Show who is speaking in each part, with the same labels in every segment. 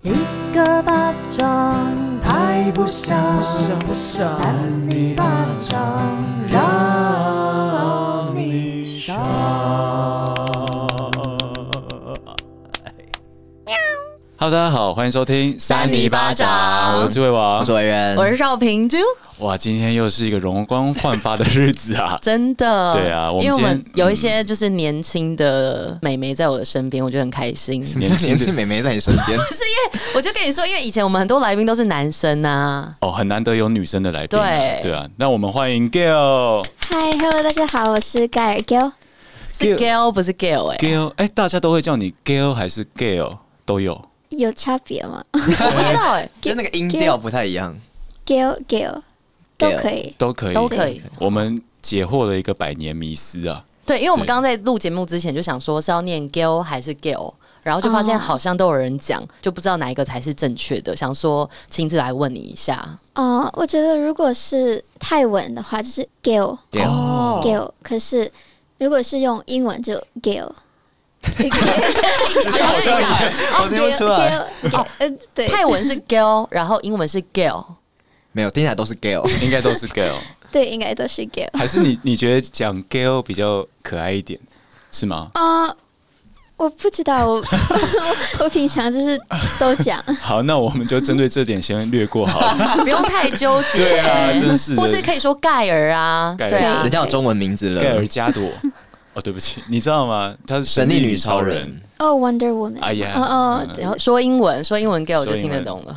Speaker 1: 一个巴掌拍不响，三你巴掌让你爽。
Speaker 2: Hello，大家好，欢迎收听
Speaker 3: 三尼巴掌
Speaker 2: 我是魏王
Speaker 3: 我。哎是维 人，
Speaker 1: 我是邵平珠，！
Speaker 2: 哇，今天又是一个容光焕发的日子 啊
Speaker 1: 真的。
Speaker 2: 对啊我们
Speaker 1: 因为我们
Speaker 2: 今天
Speaker 1: 有一些就是年轻的美眉在我的身边，我就很开心。
Speaker 2: 年轻
Speaker 3: 是
Speaker 2: 的
Speaker 3: 妹妹在你身 边，
Speaker 1: 我就跟你说，因为以前我们很多来宾都是男生啊，
Speaker 2: 哦，很难得有女生的来宾啊、
Speaker 1: 对
Speaker 2: 对啊，那我们欢迎 Gail。
Speaker 4: 嗨，Hello，大家好，我是盖尔 Gill。
Speaker 1: 是 Gail 不是 Gail 哎、
Speaker 2: Gail，哎、大家都会叫你 Gail 还是 Gail 都有。
Speaker 4: 有差别吗
Speaker 1: 我不知道哎、
Speaker 3: 就那个音调不太一样。
Speaker 4: ？Gill Gill 都可以。
Speaker 2: 都可以，
Speaker 1: 都可以。
Speaker 2: 我们解惑了一个百年迷思啊！
Speaker 1: 对，因为我们
Speaker 2: 对
Speaker 1: 刚刚在录节目之前就想说是要念 Gill 还是 Gill，然后就发现
Speaker 4: 哦
Speaker 1: 好像都有人讲，就不知道哪一个才是正确的，想说亲自来问你一下。
Speaker 4: 哦、我觉得如果是泰文的话，就是 Gill
Speaker 1: 哦
Speaker 4: Gill，可是如果是用英文就
Speaker 3: 哦
Speaker 4: Gill。
Speaker 3: 好像也我听不出来，
Speaker 4: Gill，呃，对，
Speaker 1: 哦泰文是 Gill，然后英文是 Gill，
Speaker 3: 没有，听起来都是 Gale。
Speaker 2: 应该都是 Gail，
Speaker 4: 对，应该都是 Gill。
Speaker 2: 还是你你觉得讲 Gail 比较可爱一点，是吗？
Speaker 3: 哦
Speaker 1: 哦
Speaker 4: 啊、我不知 道，我我平常就是都讲，
Speaker 2: 好，那我们就针对这点先略过好了。
Speaker 1: 不用太纠结。
Speaker 2: 对啊，真是的。
Speaker 1: 或是可以说盖尔啊，
Speaker 2: 盖尔
Speaker 1: 对啊
Speaker 3: 人，家有中文名字了，
Speaker 2: 盖尔加朵。 哦，对不起，你知道吗？她是
Speaker 3: 神力女
Speaker 2: 超
Speaker 3: 超人。。
Speaker 4: 哦、w o n d e r
Speaker 3: 啊
Speaker 4: Woman，
Speaker 2: 哎呀，
Speaker 4: 哦哦，
Speaker 2: 嗯
Speaker 1: 然后说英文，说英文 Gill
Speaker 2: 说
Speaker 1: 就
Speaker 2: 英文
Speaker 1: 听得懂 了。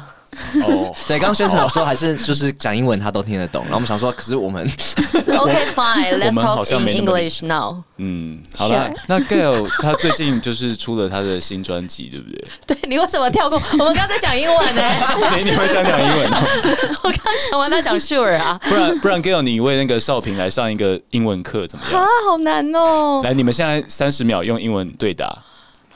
Speaker 2: 哦，
Speaker 3: 对，刚刚宣传有说还是就是讲英文他都听 得懂，然后我们想说，可是我们
Speaker 1: OK fine，let's
Speaker 2: 我们好
Speaker 1: talk
Speaker 2: 像
Speaker 1: in
Speaker 2: 没那么
Speaker 1: English now。
Speaker 2: 嗯，好了
Speaker 4: Sure，
Speaker 2: 那 Gail 她最近就是出了她的新专辑，对不对？哎
Speaker 1: 对你为什么跳过？我们刚才讲英文呢、
Speaker 2: 你你会想讲英文哦？
Speaker 1: 我刚讲完他讲 sure 啊，
Speaker 2: 不然不然，Gail 你为那个少平来上一个英文课怎么样？
Speaker 1: 啊，好难哦。
Speaker 2: 来，你们现在三十秒用英文对答。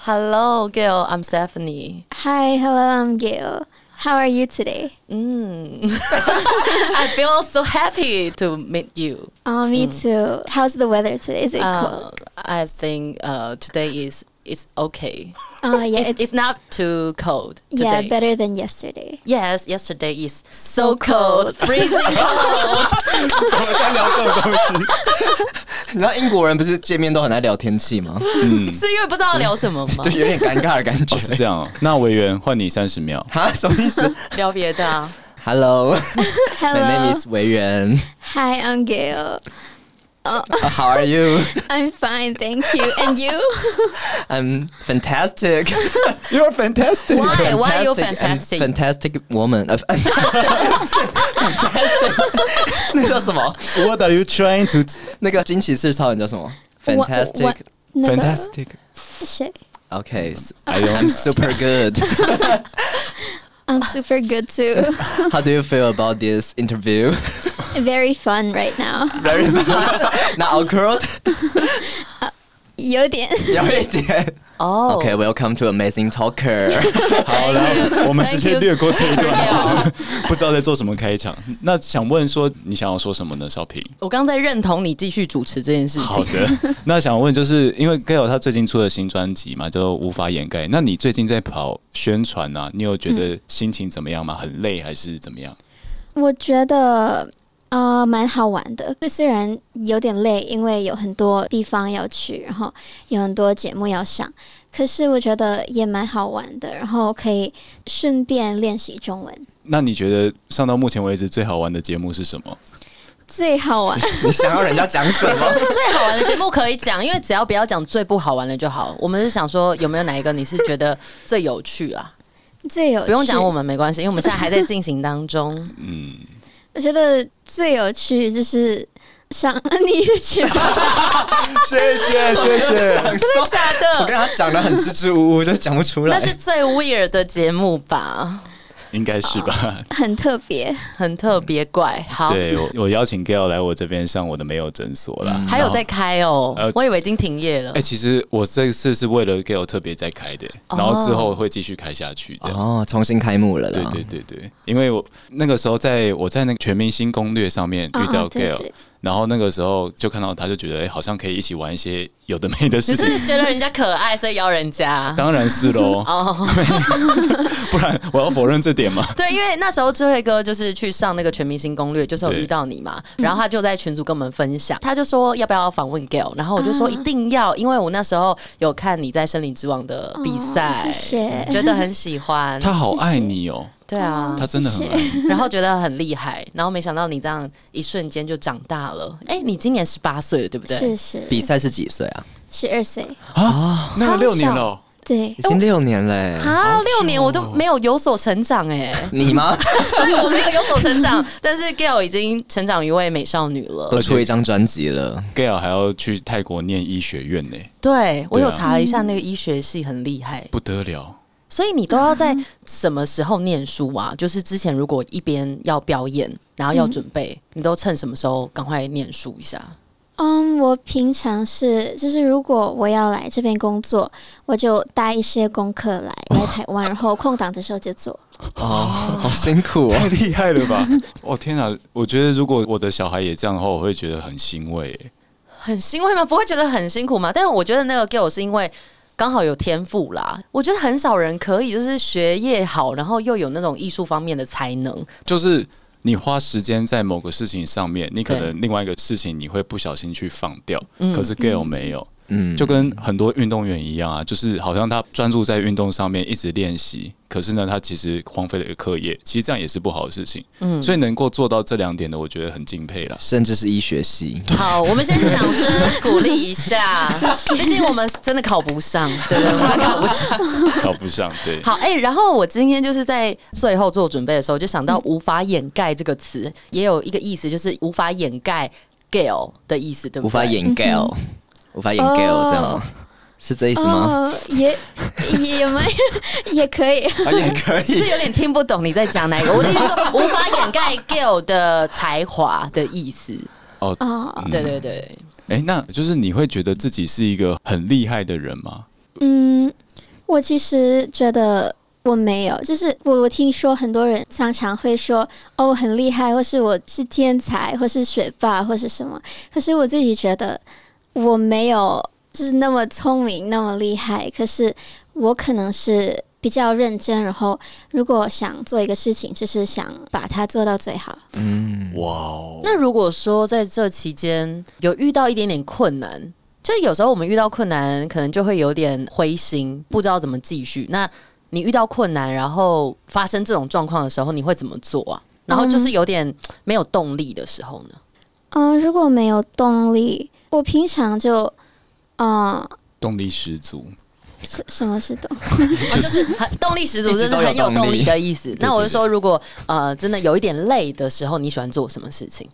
Speaker 1: Hello, Gail. I'm Stephanie.
Speaker 4: Hi，Hello，I'm Gill。How are you today?
Speaker 1: I feel so happy to meet you.
Speaker 4: Oh, me
Speaker 3: Hmm
Speaker 4: too. How's the weather today? Is it cold?
Speaker 1: Uh, I think uh, today is it's okay.
Speaker 4: Oh, yeah,
Speaker 1: It's,
Speaker 4: it's,
Speaker 1: it's not too cold
Speaker 4: yeah,
Speaker 1: today.
Speaker 4: better than yesterday.
Speaker 1: yes, yesterday is so cold, freezing cold.
Speaker 3: 怎么在聊这种东西？ 你知道英国人不是见面都很爱聊天气 吗？
Speaker 1: 是因为不知道聊什么 吗
Speaker 3: 就？有点尴尬的感觉
Speaker 2: 哦，。是 这样哦。那委员换你三十秒。
Speaker 3: 啊，什么意 思
Speaker 1: 聊别的、啊。
Speaker 3: ？Hello，My
Speaker 4: Hello.
Speaker 3: name is 维园。
Speaker 4: Hi, I'm Gail.
Speaker 3: Uh, How are you?
Speaker 4: I'm fine, thank you. And you?
Speaker 3: I'm fantastic. You're fantastic.
Speaker 1: Why? Why are you
Speaker 3: and
Speaker 1: fantastic?
Speaker 3: Fantastic woman. 呃 fantastic. 那叫什么？
Speaker 2: What are you trying to
Speaker 3: 那个惊奇四超人叫什么
Speaker 4: What-
Speaker 3: ？Fantastic.
Speaker 4: what- 那个
Speaker 2: fantastic？
Speaker 4: 谁
Speaker 3: Okay, s-
Speaker 2: I don't-
Speaker 3: I'm super good.
Speaker 4: I'm super good too.
Speaker 3: How do you feel about this interview?
Speaker 4: Very fun right now.
Speaker 3: Very bad. Not awkward.
Speaker 4: 有点
Speaker 3: 有一点。
Speaker 1: 哦、
Speaker 3: Okay, welcome to Amazing Talker.
Speaker 2: 好了，我们直接略过这一
Speaker 1: 哦
Speaker 2: 段，不知道在做什么开场。那想问说，你想要说什么呢，少平？
Speaker 1: 我刚在认同你继续主持这件事
Speaker 2: 好
Speaker 1: 情。
Speaker 2: 的， 那想问就是因为 Gail 他最近出了新专辑嘛，就无法掩盖。那你最近在跑宣传啊，你有觉得心情怎么样吗？很累还是怎么样？
Speaker 4: 我觉得呃蛮好玩的，就虽然有点累，因为有很多地方要去，然后有很多节目要上，可是我觉得也蛮好玩的，然后可以顺便练习中文，
Speaker 2: 那你觉得上到目前为止最好玩的节目是什么？
Speaker 4: 最好玩。
Speaker 3: 你想要人家讲什么？
Speaker 1: 最好玩的节目可以讲，因为只要不要讲最不好玩的就好。我们是想说，有没有哪一个你是觉得最有趣啦？
Speaker 4: 最
Speaker 2: 呃
Speaker 4: 有趣
Speaker 1: 不用讲我，们没关系，因为我们现在还在进行当 中。
Speaker 2: 嗯，
Speaker 4: 我觉得最有趣就是上你的节目，
Speaker 3: 谢谢谢谢。 想说
Speaker 1: 假
Speaker 3: 我跟他
Speaker 1: 的？
Speaker 3: 讲的很支支吾吾，就讲不出
Speaker 1: 那
Speaker 3: 来。
Speaker 1: 是最 weird 的节目吧，
Speaker 2: 应该是吧。
Speaker 4: 很特 别。
Speaker 1: 很特别怪。 好，
Speaker 2: 对我，我邀请 Gail 来我这边上我的没有诊所啦。
Speaker 1: 还有在开哦
Speaker 2: 呃，
Speaker 1: 我以为已经停业了
Speaker 2: 哎、。其实我这一次是为了 Gail 特别在开的、
Speaker 1: 哦
Speaker 2: 然后之后会继续开下去的。
Speaker 3: 哦，重新开幕了啦。
Speaker 2: 对啊对对对，因为我那个时候在我在那个《全明星攻略》上面遇到
Speaker 4: 哦对
Speaker 2: Gail，、
Speaker 4: 对
Speaker 2: 然后那个时候就看到他，就觉得哎、好像可以一起玩一些有的没的
Speaker 1: 只
Speaker 2: 事情。
Speaker 1: 是觉得人家可爱，所以邀人家。
Speaker 2: 当然是 喽，
Speaker 1: 哦，
Speaker 2: 不然我要否认这点嘛。
Speaker 1: 对，因为那时候智慧哥就是去上那个《全明星攻略》，就是有
Speaker 2: 对
Speaker 1: 遇到你嘛，然后他就在群组跟我们分享，他就说要不要访问 Gail，然后我就说
Speaker 4: 啊
Speaker 1: 一定要，因为我那时候有看你在《森林之王》的比赛，
Speaker 4: 哦谢谢
Speaker 1: 觉得很喜欢，
Speaker 2: 他好爱你哦，
Speaker 1: 对啊，
Speaker 2: 他真的很爱你。
Speaker 1: 然后觉得很厉害，然后没想到你这样一瞬间就长大了，哎、你今年十八岁了，对不对？
Speaker 4: 是是
Speaker 3: 比赛是几岁啊？
Speaker 4: 十二岁，
Speaker 2: 那个六年了哦，
Speaker 4: 对
Speaker 3: 已，经六年了欸，
Speaker 1: 啊，六年我都没有有所成长 哎、
Speaker 3: 你 吗？
Speaker 1: 对，我没有有所成长，但是 Gail 已经成长一位美少女了。
Speaker 3: 都出一张专辑了，
Speaker 2: Gail 还要去泰国念医学院呢，
Speaker 1: 对我
Speaker 2: 对啊
Speaker 1: 有查了一下，那个医学系很厉害，
Speaker 2: 不得了。
Speaker 1: 所以你都要在什么时候念书啊？就是之前如果一边要表演，然后要准备，你都趁什么时候赶快念书一下？
Speaker 4: 嗯，我平常是就是如果我要来这边工作，我就带一些功课来来台湾，然后空档的时候就做。
Speaker 3: 哦，好辛苦
Speaker 2: 太
Speaker 3: 哦。
Speaker 2: 厉害了吧！ 哦天哪，我觉得如果我的小孩也这样的话，我会觉得很欣慰耶。
Speaker 1: 很欣慰吗？不会觉得很辛苦吗？但我觉得那个 Gail 是因为。刚好有天赋啦，我觉得很少人可以就是学业好，然后又有那种艺术方面的才能。
Speaker 2: 就是你花时间在某个事情上面，你可
Speaker 1: 对
Speaker 2: 能另外一个事情你会不小心去放掉，
Speaker 1: 嗯
Speaker 2: 可是 Gail 没有，
Speaker 3: 嗯，
Speaker 2: 就跟很多运动员一样啊，就是好像他专注在运动上面一直练习，可是呢，他其实荒废了一个课业，其实这样也是不好的事情。
Speaker 1: 嗯，
Speaker 2: 所以能够做到这两点的，我觉得很敬佩 啦。
Speaker 3: 甚至是医学系，
Speaker 1: 好，我们先掌声鼓励 一下，毕竟我们真的考不上，对不对？我们考不上。
Speaker 2: 考不上，对，
Speaker 1: 好，哎、然后我今天就是在最后做准备的时候，就想到“无法掩盖”这个词，也有一个意思，就是无法掩盖 Gail 的意思，对不
Speaker 3: 无
Speaker 1: 对？
Speaker 3: 法掩盖哦，无法掩盖哦，这样吗？是这意思吗？
Speaker 4: 哦，也也蛮 也可以。
Speaker 3: 啊，也可
Speaker 1: 其实有点听不懂你在讲哪一个。我的意思说，无法掩盖 Gail 的才华的意思。
Speaker 2: 哦，
Speaker 4: 哦，
Speaker 3: 嗯
Speaker 1: 对对对，
Speaker 2: 哎、那就是你会觉得自己是一个很厉害的人吗？
Speaker 4: 嗯，我其实觉得我没有，就是我我听说很多人常常会说哦我很厉害，或是我是天才，或是学霸，或是什么。可是我自己觉得我没有，就是那么聪明，那么厉害。可是我可能是比较认真，然后如果想做一个事情，就是想把它做到最好。
Speaker 3: 嗯，
Speaker 2: 哇哦，
Speaker 1: 那如果说在这期间有遇到一点点困难，就是有时候我们遇到困难，可能就会有点灰心，不知道怎么继续。那你遇到困难，然后发生这种状况的时候，你会怎么做啊？然后就是有点没有动力的时候呢？
Speaker 4: 嗯、如果没有动力，我平常就嗯、呃
Speaker 2: 动力十足，
Speaker 4: 什什么是动力？
Speaker 1: 哦就是很动力十足，
Speaker 3: 一
Speaker 1: 就
Speaker 3: 直
Speaker 1: 是
Speaker 3: 都有
Speaker 1: 很有动
Speaker 3: 动
Speaker 1: 力
Speaker 3: 力
Speaker 1: 的意 思。那
Speaker 2: 对
Speaker 1: 我就说，如果呃真的有一点累的时候，你喜欢做什么事情？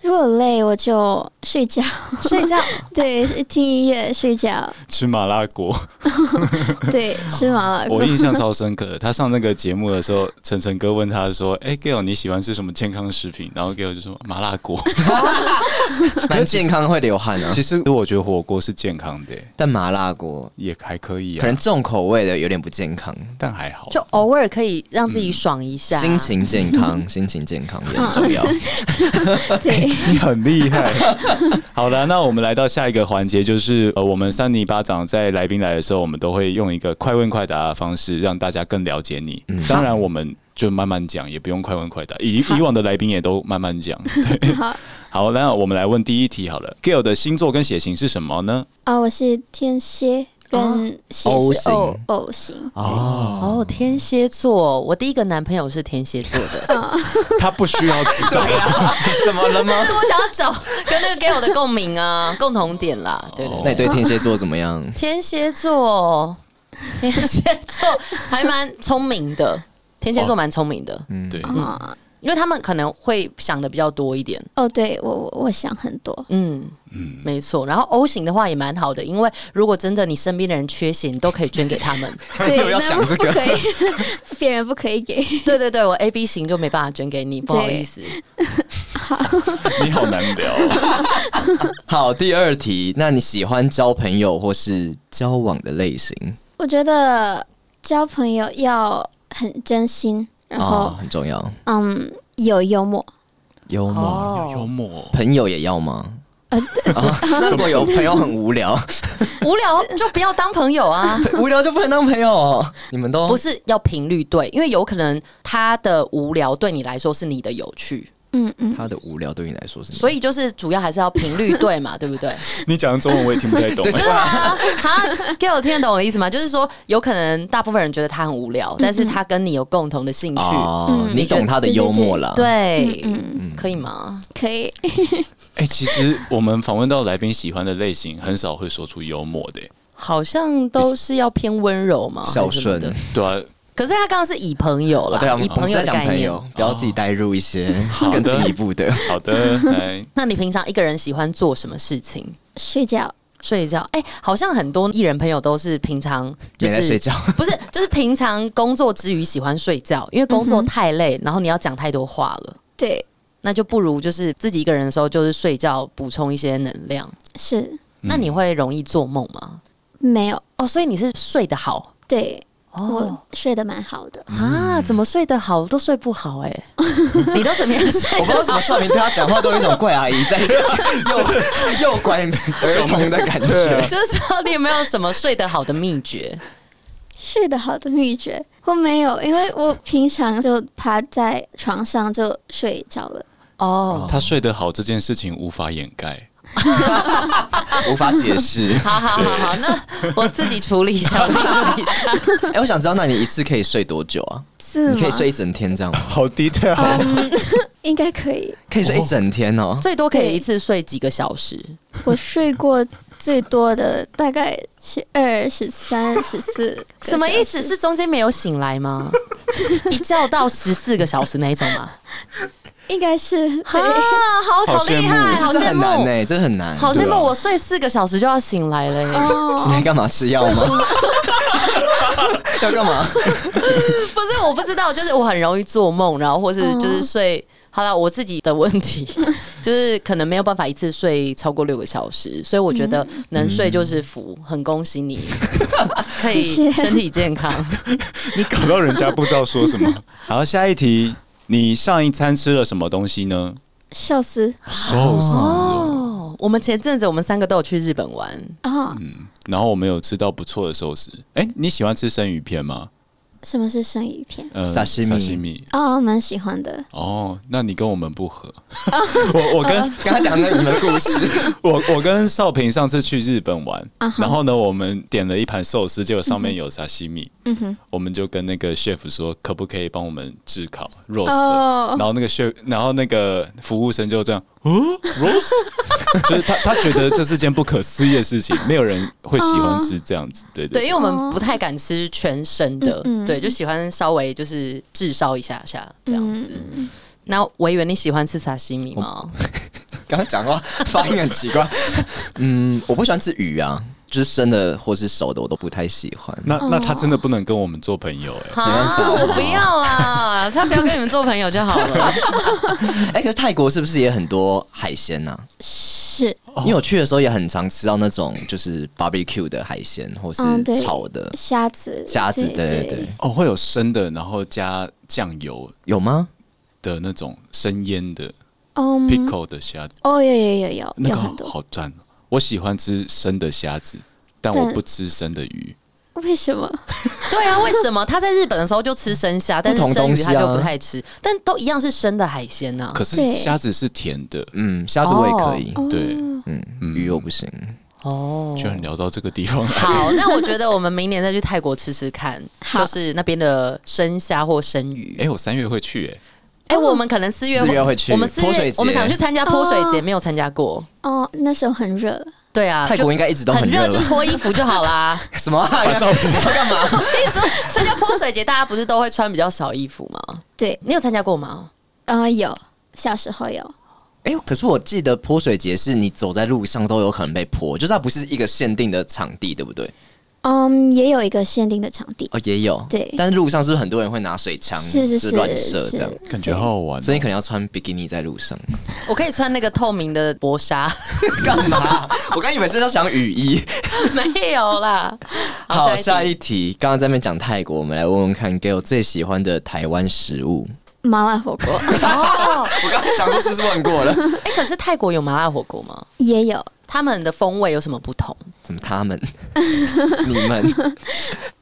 Speaker 4: 如果累，我就睡觉。
Speaker 1: 睡觉。
Speaker 4: 对，是听音乐、睡觉，
Speaker 2: 吃麻辣锅。
Speaker 4: 对，吃麻辣 锅
Speaker 2: 我。印象超深刻的，他上那个节目的时候，晨晨哥问他说：“哎、g a i l 你喜欢吃什么健康食品？”然后 Gail 就说：“麻辣锅。
Speaker 3: 蛮健康会流汗 啊”
Speaker 2: 其，实我觉得火锅是健康的、
Speaker 3: 但麻辣锅
Speaker 2: 也还可以、啊，
Speaker 3: 可能重口味的有点不健康，
Speaker 2: 但还好。
Speaker 1: 就偶尔可以让自己爽一下，
Speaker 3: 心情健康，心情健康也很重 要。
Speaker 4: 对，
Speaker 2: 你很厉害。 好了，那我们来到下一个环节，就是呃，我们三尼巴掌在来宾来的时候，我们都会用一个快问快答的方式，让大家更了解你。当然，我们就慢慢 讲，也不用快问快答。以以往的来宾也都慢慢 讲。对，
Speaker 4: 好啊、
Speaker 2: 好，那我们来问第一题好了，Gail 的星座跟血型是什么呢？
Speaker 4: 哦我是天蝎跟蝎
Speaker 3: 哦 O
Speaker 4: 是 O
Speaker 3: 型
Speaker 4: O 型，
Speaker 3: 哦，
Speaker 1: 哦，天蝎座，我第一个男朋友是天蝎座的，
Speaker 2: 他不需要知 道。
Speaker 3: 怎么了吗？
Speaker 1: 但是我想要找跟那个给我的共鸣啊，共同点啦，对对
Speaker 2: 哦
Speaker 1: 对
Speaker 3: 那你对天蝎座怎么样？
Speaker 1: 天蝎座，天蝎座还蛮聪明的，天蝎座蛮聪明的，
Speaker 2: 对，
Speaker 4: 啊、
Speaker 1: 因为他们可能会想的比较多一点，
Speaker 4: 哦，对我我我想很多，
Speaker 1: 嗯嗯，没错。然后 O 型的话也蛮好的，因为如果真的你身边的人缺血，你都可以捐给他们。
Speaker 4: 对，
Speaker 3: 要不要
Speaker 4: 那
Speaker 3: 讲这
Speaker 4: 不
Speaker 3: 个
Speaker 4: 可以， 别人不可以给。
Speaker 1: 对对对，我 A B 型就没办法捐给你，不好意思。
Speaker 2: 你好难 聊哦。
Speaker 3: 好，第二题，那你喜欢交朋友或是交往的类型？
Speaker 4: 我觉得交朋友要很真心，然后、
Speaker 3: 啊哦、很重要。
Speaker 4: 嗯有幽默，
Speaker 3: 幽默，
Speaker 1: 哦呃
Speaker 2: 幽默。
Speaker 3: 朋友也要吗？ 啊，那如果有朋友很无聊，
Speaker 1: 无聊就不要当朋友 啊。
Speaker 3: 无聊就不能当朋友哦。你们都
Speaker 1: 不是要频率对，因为有可能他的无聊对你来说是你的有趣，
Speaker 4: 嗯嗯，
Speaker 3: 他的无聊对你来说是，
Speaker 1: 所以就是主要还是要频率对 嘛，对不对？
Speaker 2: 你讲的中文我也听不太 懂。
Speaker 1: 真的吗？ 哈，给我听得懂我的意思吗？就是说，有可能大部分人觉得他很无聊，但是他跟你有共同的兴趣，
Speaker 3: 哦，
Speaker 4: 嗯
Speaker 3: 你懂他的幽默了。
Speaker 1: 对，
Speaker 4: 嗯
Speaker 1: 可以吗？
Speaker 4: 可以，
Speaker 2: 哎、其实我们访问到来宾喜欢的类型，很少会说出幽默的、
Speaker 1: 好像都是要偏温柔嘛，
Speaker 3: 孝
Speaker 1: 还是什么的
Speaker 3: 顺。
Speaker 2: 对啊，
Speaker 1: 可是他刚刚是以朋友啦，
Speaker 3: 对啊，我们
Speaker 1: 以
Speaker 3: 我
Speaker 1: 朋
Speaker 3: 们
Speaker 1: 友
Speaker 3: 在
Speaker 1: 的
Speaker 3: 讲
Speaker 1: 概
Speaker 3: 朋
Speaker 1: 念。哦
Speaker 3: 友，不要自己带入一些
Speaker 2: 好的
Speaker 3: 更进一步的。
Speaker 2: 好 的，哎来，
Speaker 1: 那你平常一个人喜欢做什么事情？
Speaker 4: 睡觉。
Speaker 1: 睡觉，哎、好像很多艺人朋友都是平常就
Speaker 3: 没在
Speaker 1: 是
Speaker 3: 睡觉，
Speaker 1: 不是，就是平常工作之余喜欢睡觉，因为工作太累，然后你要讲太多话了，
Speaker 4: 对，
Speaker 1: 那就不如就是自己一个人的时候，就是睡觉补充一些能量。
Speaker 4: 嗯是
Speaker 1: 那你会容易做梦吗？
Speaker 4: 没有。
Speaker 1: 哦，所以你是睡得好
Speaker 4: 对
Speaker 1: 哦
Speaker 4: 我睡得蛮好的，
Speaker 1: 啊？怎么睡得好都睡不好哎、 你都怎么样 睡
Speaker 3: 我不知道怎么少明对他讲话都有一种怪阿姨在 诱诱拐儿童的感
Speaker 2: 对
Speaker 3: 觉
Speaker 2: 啊。
Speaker 1: 就是说你有没有什么睡得好的秘诀？
Speaker 4: 睡得好的秘诀我没有，因为我平常就趴在床上就睡着了。
Speaker 1: 哦，
Speaker 2: 他睡得好这件事情无法掩盖。
Speaker 3: 无法解释。
Speaker 1: 好好好好，那我自己处理一下，我自己处理一下。
Speaker 3: 哎，我想知道，那你一次可以睡多久啊？
Speaker 4: 是
Speaker 3: 你可以
Speaker 4: 吗？嗯
Speaker 3: 睡一整天这样吗？
Speaker 2: 好 detail，、
Speaker 4: 应该可以。
Speaker 3: 可以睡一整天哦。
Speaker 1: 最多可以一次睡几个小时？
Speaker 4: 我睡过最多的大概十二、十三、十四，
Speaker 1: 什么意思？？是中间没有醒来 吗？一觉到十四个小时那一种吗？
Speaker 4: 应该是
Speaker 1: 啊，好
Speaker 2: 好羡慕
Speaker 1: 哎好
Speaker 3: 这
Speaker 1: 羡
Speaker 3: 很难欸
Speaker 1: 慕，
Speaker 3: 呢，这很难。
Speaker 1: 好羡
Speaker 2: 对
Speaker 1: 慕！
Speaker 2: 啊
Speaker 1: 我睡四个小时就要醒来了耶。
Speaker 3: 你
Speaker 4: 哦，
Speaker 3: 在干嘛？吃药吗？要干嘛？
Speaker 1: 不是，我不知道，就是我很容易做梦，然后或是
Speaker 4: 哦
Speaker 1: 就是睡。好了，我自己的问题 就是可能没有办法一次睡超过六个小时，所以我觉得
Speaker 4: 嗯
Speaker 1: 能睡就是福，很恭喜 你，可以
Speaker 4: 谢谢
Speaker 1: 身体健 康。
Speaker 2: 你搞到人家不知道说什么。 好，下一题，你上一餐吃了什么东西呢？
Speaker 4: 寿司
Speaker 2: 寿司哦、
Speaker 1: 哦，我们前阵子我们三个都有去日本玩，
Speaker 4: 哦，
Speaker 2: 然后我们有吃到不错的寿司。哎、你喜欢吃生鱼片吗？
Speaker 4: 什么是生鱼片？
Speaker 2: 呃
Speaker 3: 沙西米
Speaker 2: 沙西米。
Speaker 4: 哦，蛮喜欢的。
Speaker 2: 哦，那你跟我们不 合。我我跟、
Speaker 3: 刚刚讲的你们的故事，
Speaker 2: 我我跟少平上次去日本玩
Speaker 4: 啊哈
Speaker 2: 然后呢，我们点了一盘寿司，结果上面有沙西米，
Speaker 4: 嗯哼，
Speaker 2: 我们就跟那个 chef 说，可不可以帮我们炙烤 roast？、
Speaker 4: 哦
Speaker 2: 然后那个 chef，然后那个服务生就 这样，嗯，roast，就是他他觉得这是件不可思议的事情，没有人会喜欢吃这样子，
Speaker 4: 哦
Speaker 2: 对
Speaker 1: 对，
Speaker 2: 对
Speaker 1: 因为我们不太敢吃全身的，
Speaker 4: 嗯嗯
Speaker 1: 对，就喜欢稍微就是炙烧一下下这样子。
Speaker 4: 嗯
Speaker 1: 那维园，你喜欢吃沙西米吗？
Speaker 3: 刚刚讲话发音很奇怪。嗯，我不喜欢吃鱼啊，就是生的或是熟的，我都不太喜欢。
Speaker 2: 那
Speaker 4: 哦
Speaker 2: 那他真的不能跟我们做朋友哎、
Speaker 1: 啊，我
Speaker 3: 哦
Speaker 1: 不要啦，他不要跟你们做朋友就好了。
Speaker 3: 哎、可是泰国是不是也很多海鲜呐、
Speaker 4: 是
Speaker 3: 因为我去的时候也很常吃到那种就是 barbecue 的海鲜，或是
Speaker 4: 嗯对
Speaker 3: 炒的
Speaker 4: 虾子，
Speaker 3: 虾子，对对对
Speaker 4: 对，，
Speaker 2: 哦，会有生的，然后加酱油
Speaker 3: 有吗？
Speaker 2: 的那种生腌的
Speaker 4: 嗯，
Speaker 2: pickle 的虾子，
Speaker 4: 哦，有有有有
Speaker 2: 那
Speaker 4: 有
Speaker 2: 个
Speaker 4: 很
Speaker 2: 好
Speaker 4: 多，
Speaker 2: 好赞哦、我喜欢吃生的虾子，但我
Speaker 4: 但
Speaker 2: 不吃生的鱼。
Speaker 4: 为什么？
Speaker 1: 对啊，为什么他在日本的时候就吃生虾，但
Speaker 3: 不
Speaker 1: 是
Speaker 3: 同
Speaker 1: 生
Speaker 3: 东
Speaker 1: 鱼
Speaker 3: 西啊
Speaker 1: 他就不太吃，但都一样是生的海鲜啊呐、
Speaker 2: 可是
Speaker 4: 哦对
Speaker 2: 虾子是甜的，
Speaker 3: 嗯，虾子我也可以，
Speaker 4: 哦
Speaker 2: 对，
Speaker 3: 嗯，鱼我不行。
Speaker 1: 哦，
Speaker 2: 居然聊到这个地方来。
Speaker 1: 好，那我觉得我们明年再去泰国吃吃 看，
Speaker 4: 好
Speaker 1: 就是那边的生虾或生鱼。
Speaker 2: 哎、我三月会去、哎，
Speaker 1: 哎、我们可能四月
Speaker 3: 四月会去
Speaker 1: 我们四
Speaker 3: 泼水
Speaker 1: 月
Speaker 3: 节
Speaker 1: 我们想去参加泼水节，没有参加过。
Speaker 4: 哦，那时候很热，
Speaker 1: 对啊，
Speaker 3: 泰国
Speaker 1: 就
Speaker 3: 应该一直都
Speaker 1: 很
Speaker 3: 热
Speaker 1: 热，就
Speaker 3: 吧？
Speaker 1: 脱衣服就好 啦。
Speaker 3: 什么、啊？你要干嘛？
Speaker 1: 参加泼水节，大家不是都会穿比较少衣服吗？
Speaker 4: 对，
Speaker 1: 你有参加过吗？
Speaker 4: 呃，有小时候有，
Speaker 3: 哎、可是我记得泼水节是你走在路上都有可能被泼，就是它不是一个限定的场地，对不对？
Speaker 4: 嗯，也有一个限定的场地，
Speaker 3: 哦，也有。
Speaker 4: 对
Speaker 3: 但是路上是不是很多人会拿水枪，
Speaker 4: 是是
Speaker 3: 嗯就是乱射
Speaker 4: 是
Speaker 3: 这样？
Speaker 2: 感觉好好玩、哦
Speaker 3: 所以你可能要穿比基尼在路 上。
Speaker 1: 我可以穿那个透明的薄纱，
Speaker 3: 干嘛？我刚以为是要讲雨衣。
Speaker 1: 没有啦。
Speaker 3: 好，
Speaker 1: 下
Speaker 3: 下
Speaker 1: 一
Speaker 3: 一
Speaker 1: 题
Speaker 3: 题，刚刚在那边讲泰国，我们来问问看 Gail 最喜欢的台湾食物。
Speaker 4: 麻辣火锅
Speaker 1: 哦，
Speaker 3: 我刚才想都是问过了，
Speaker 1: 哎、可是泰国有麻辣火锅吗？
Speaker 4: 也有，
Speaker 1: 他们的风味有什么不同？
Speaker 3: 怎么他们、 你们？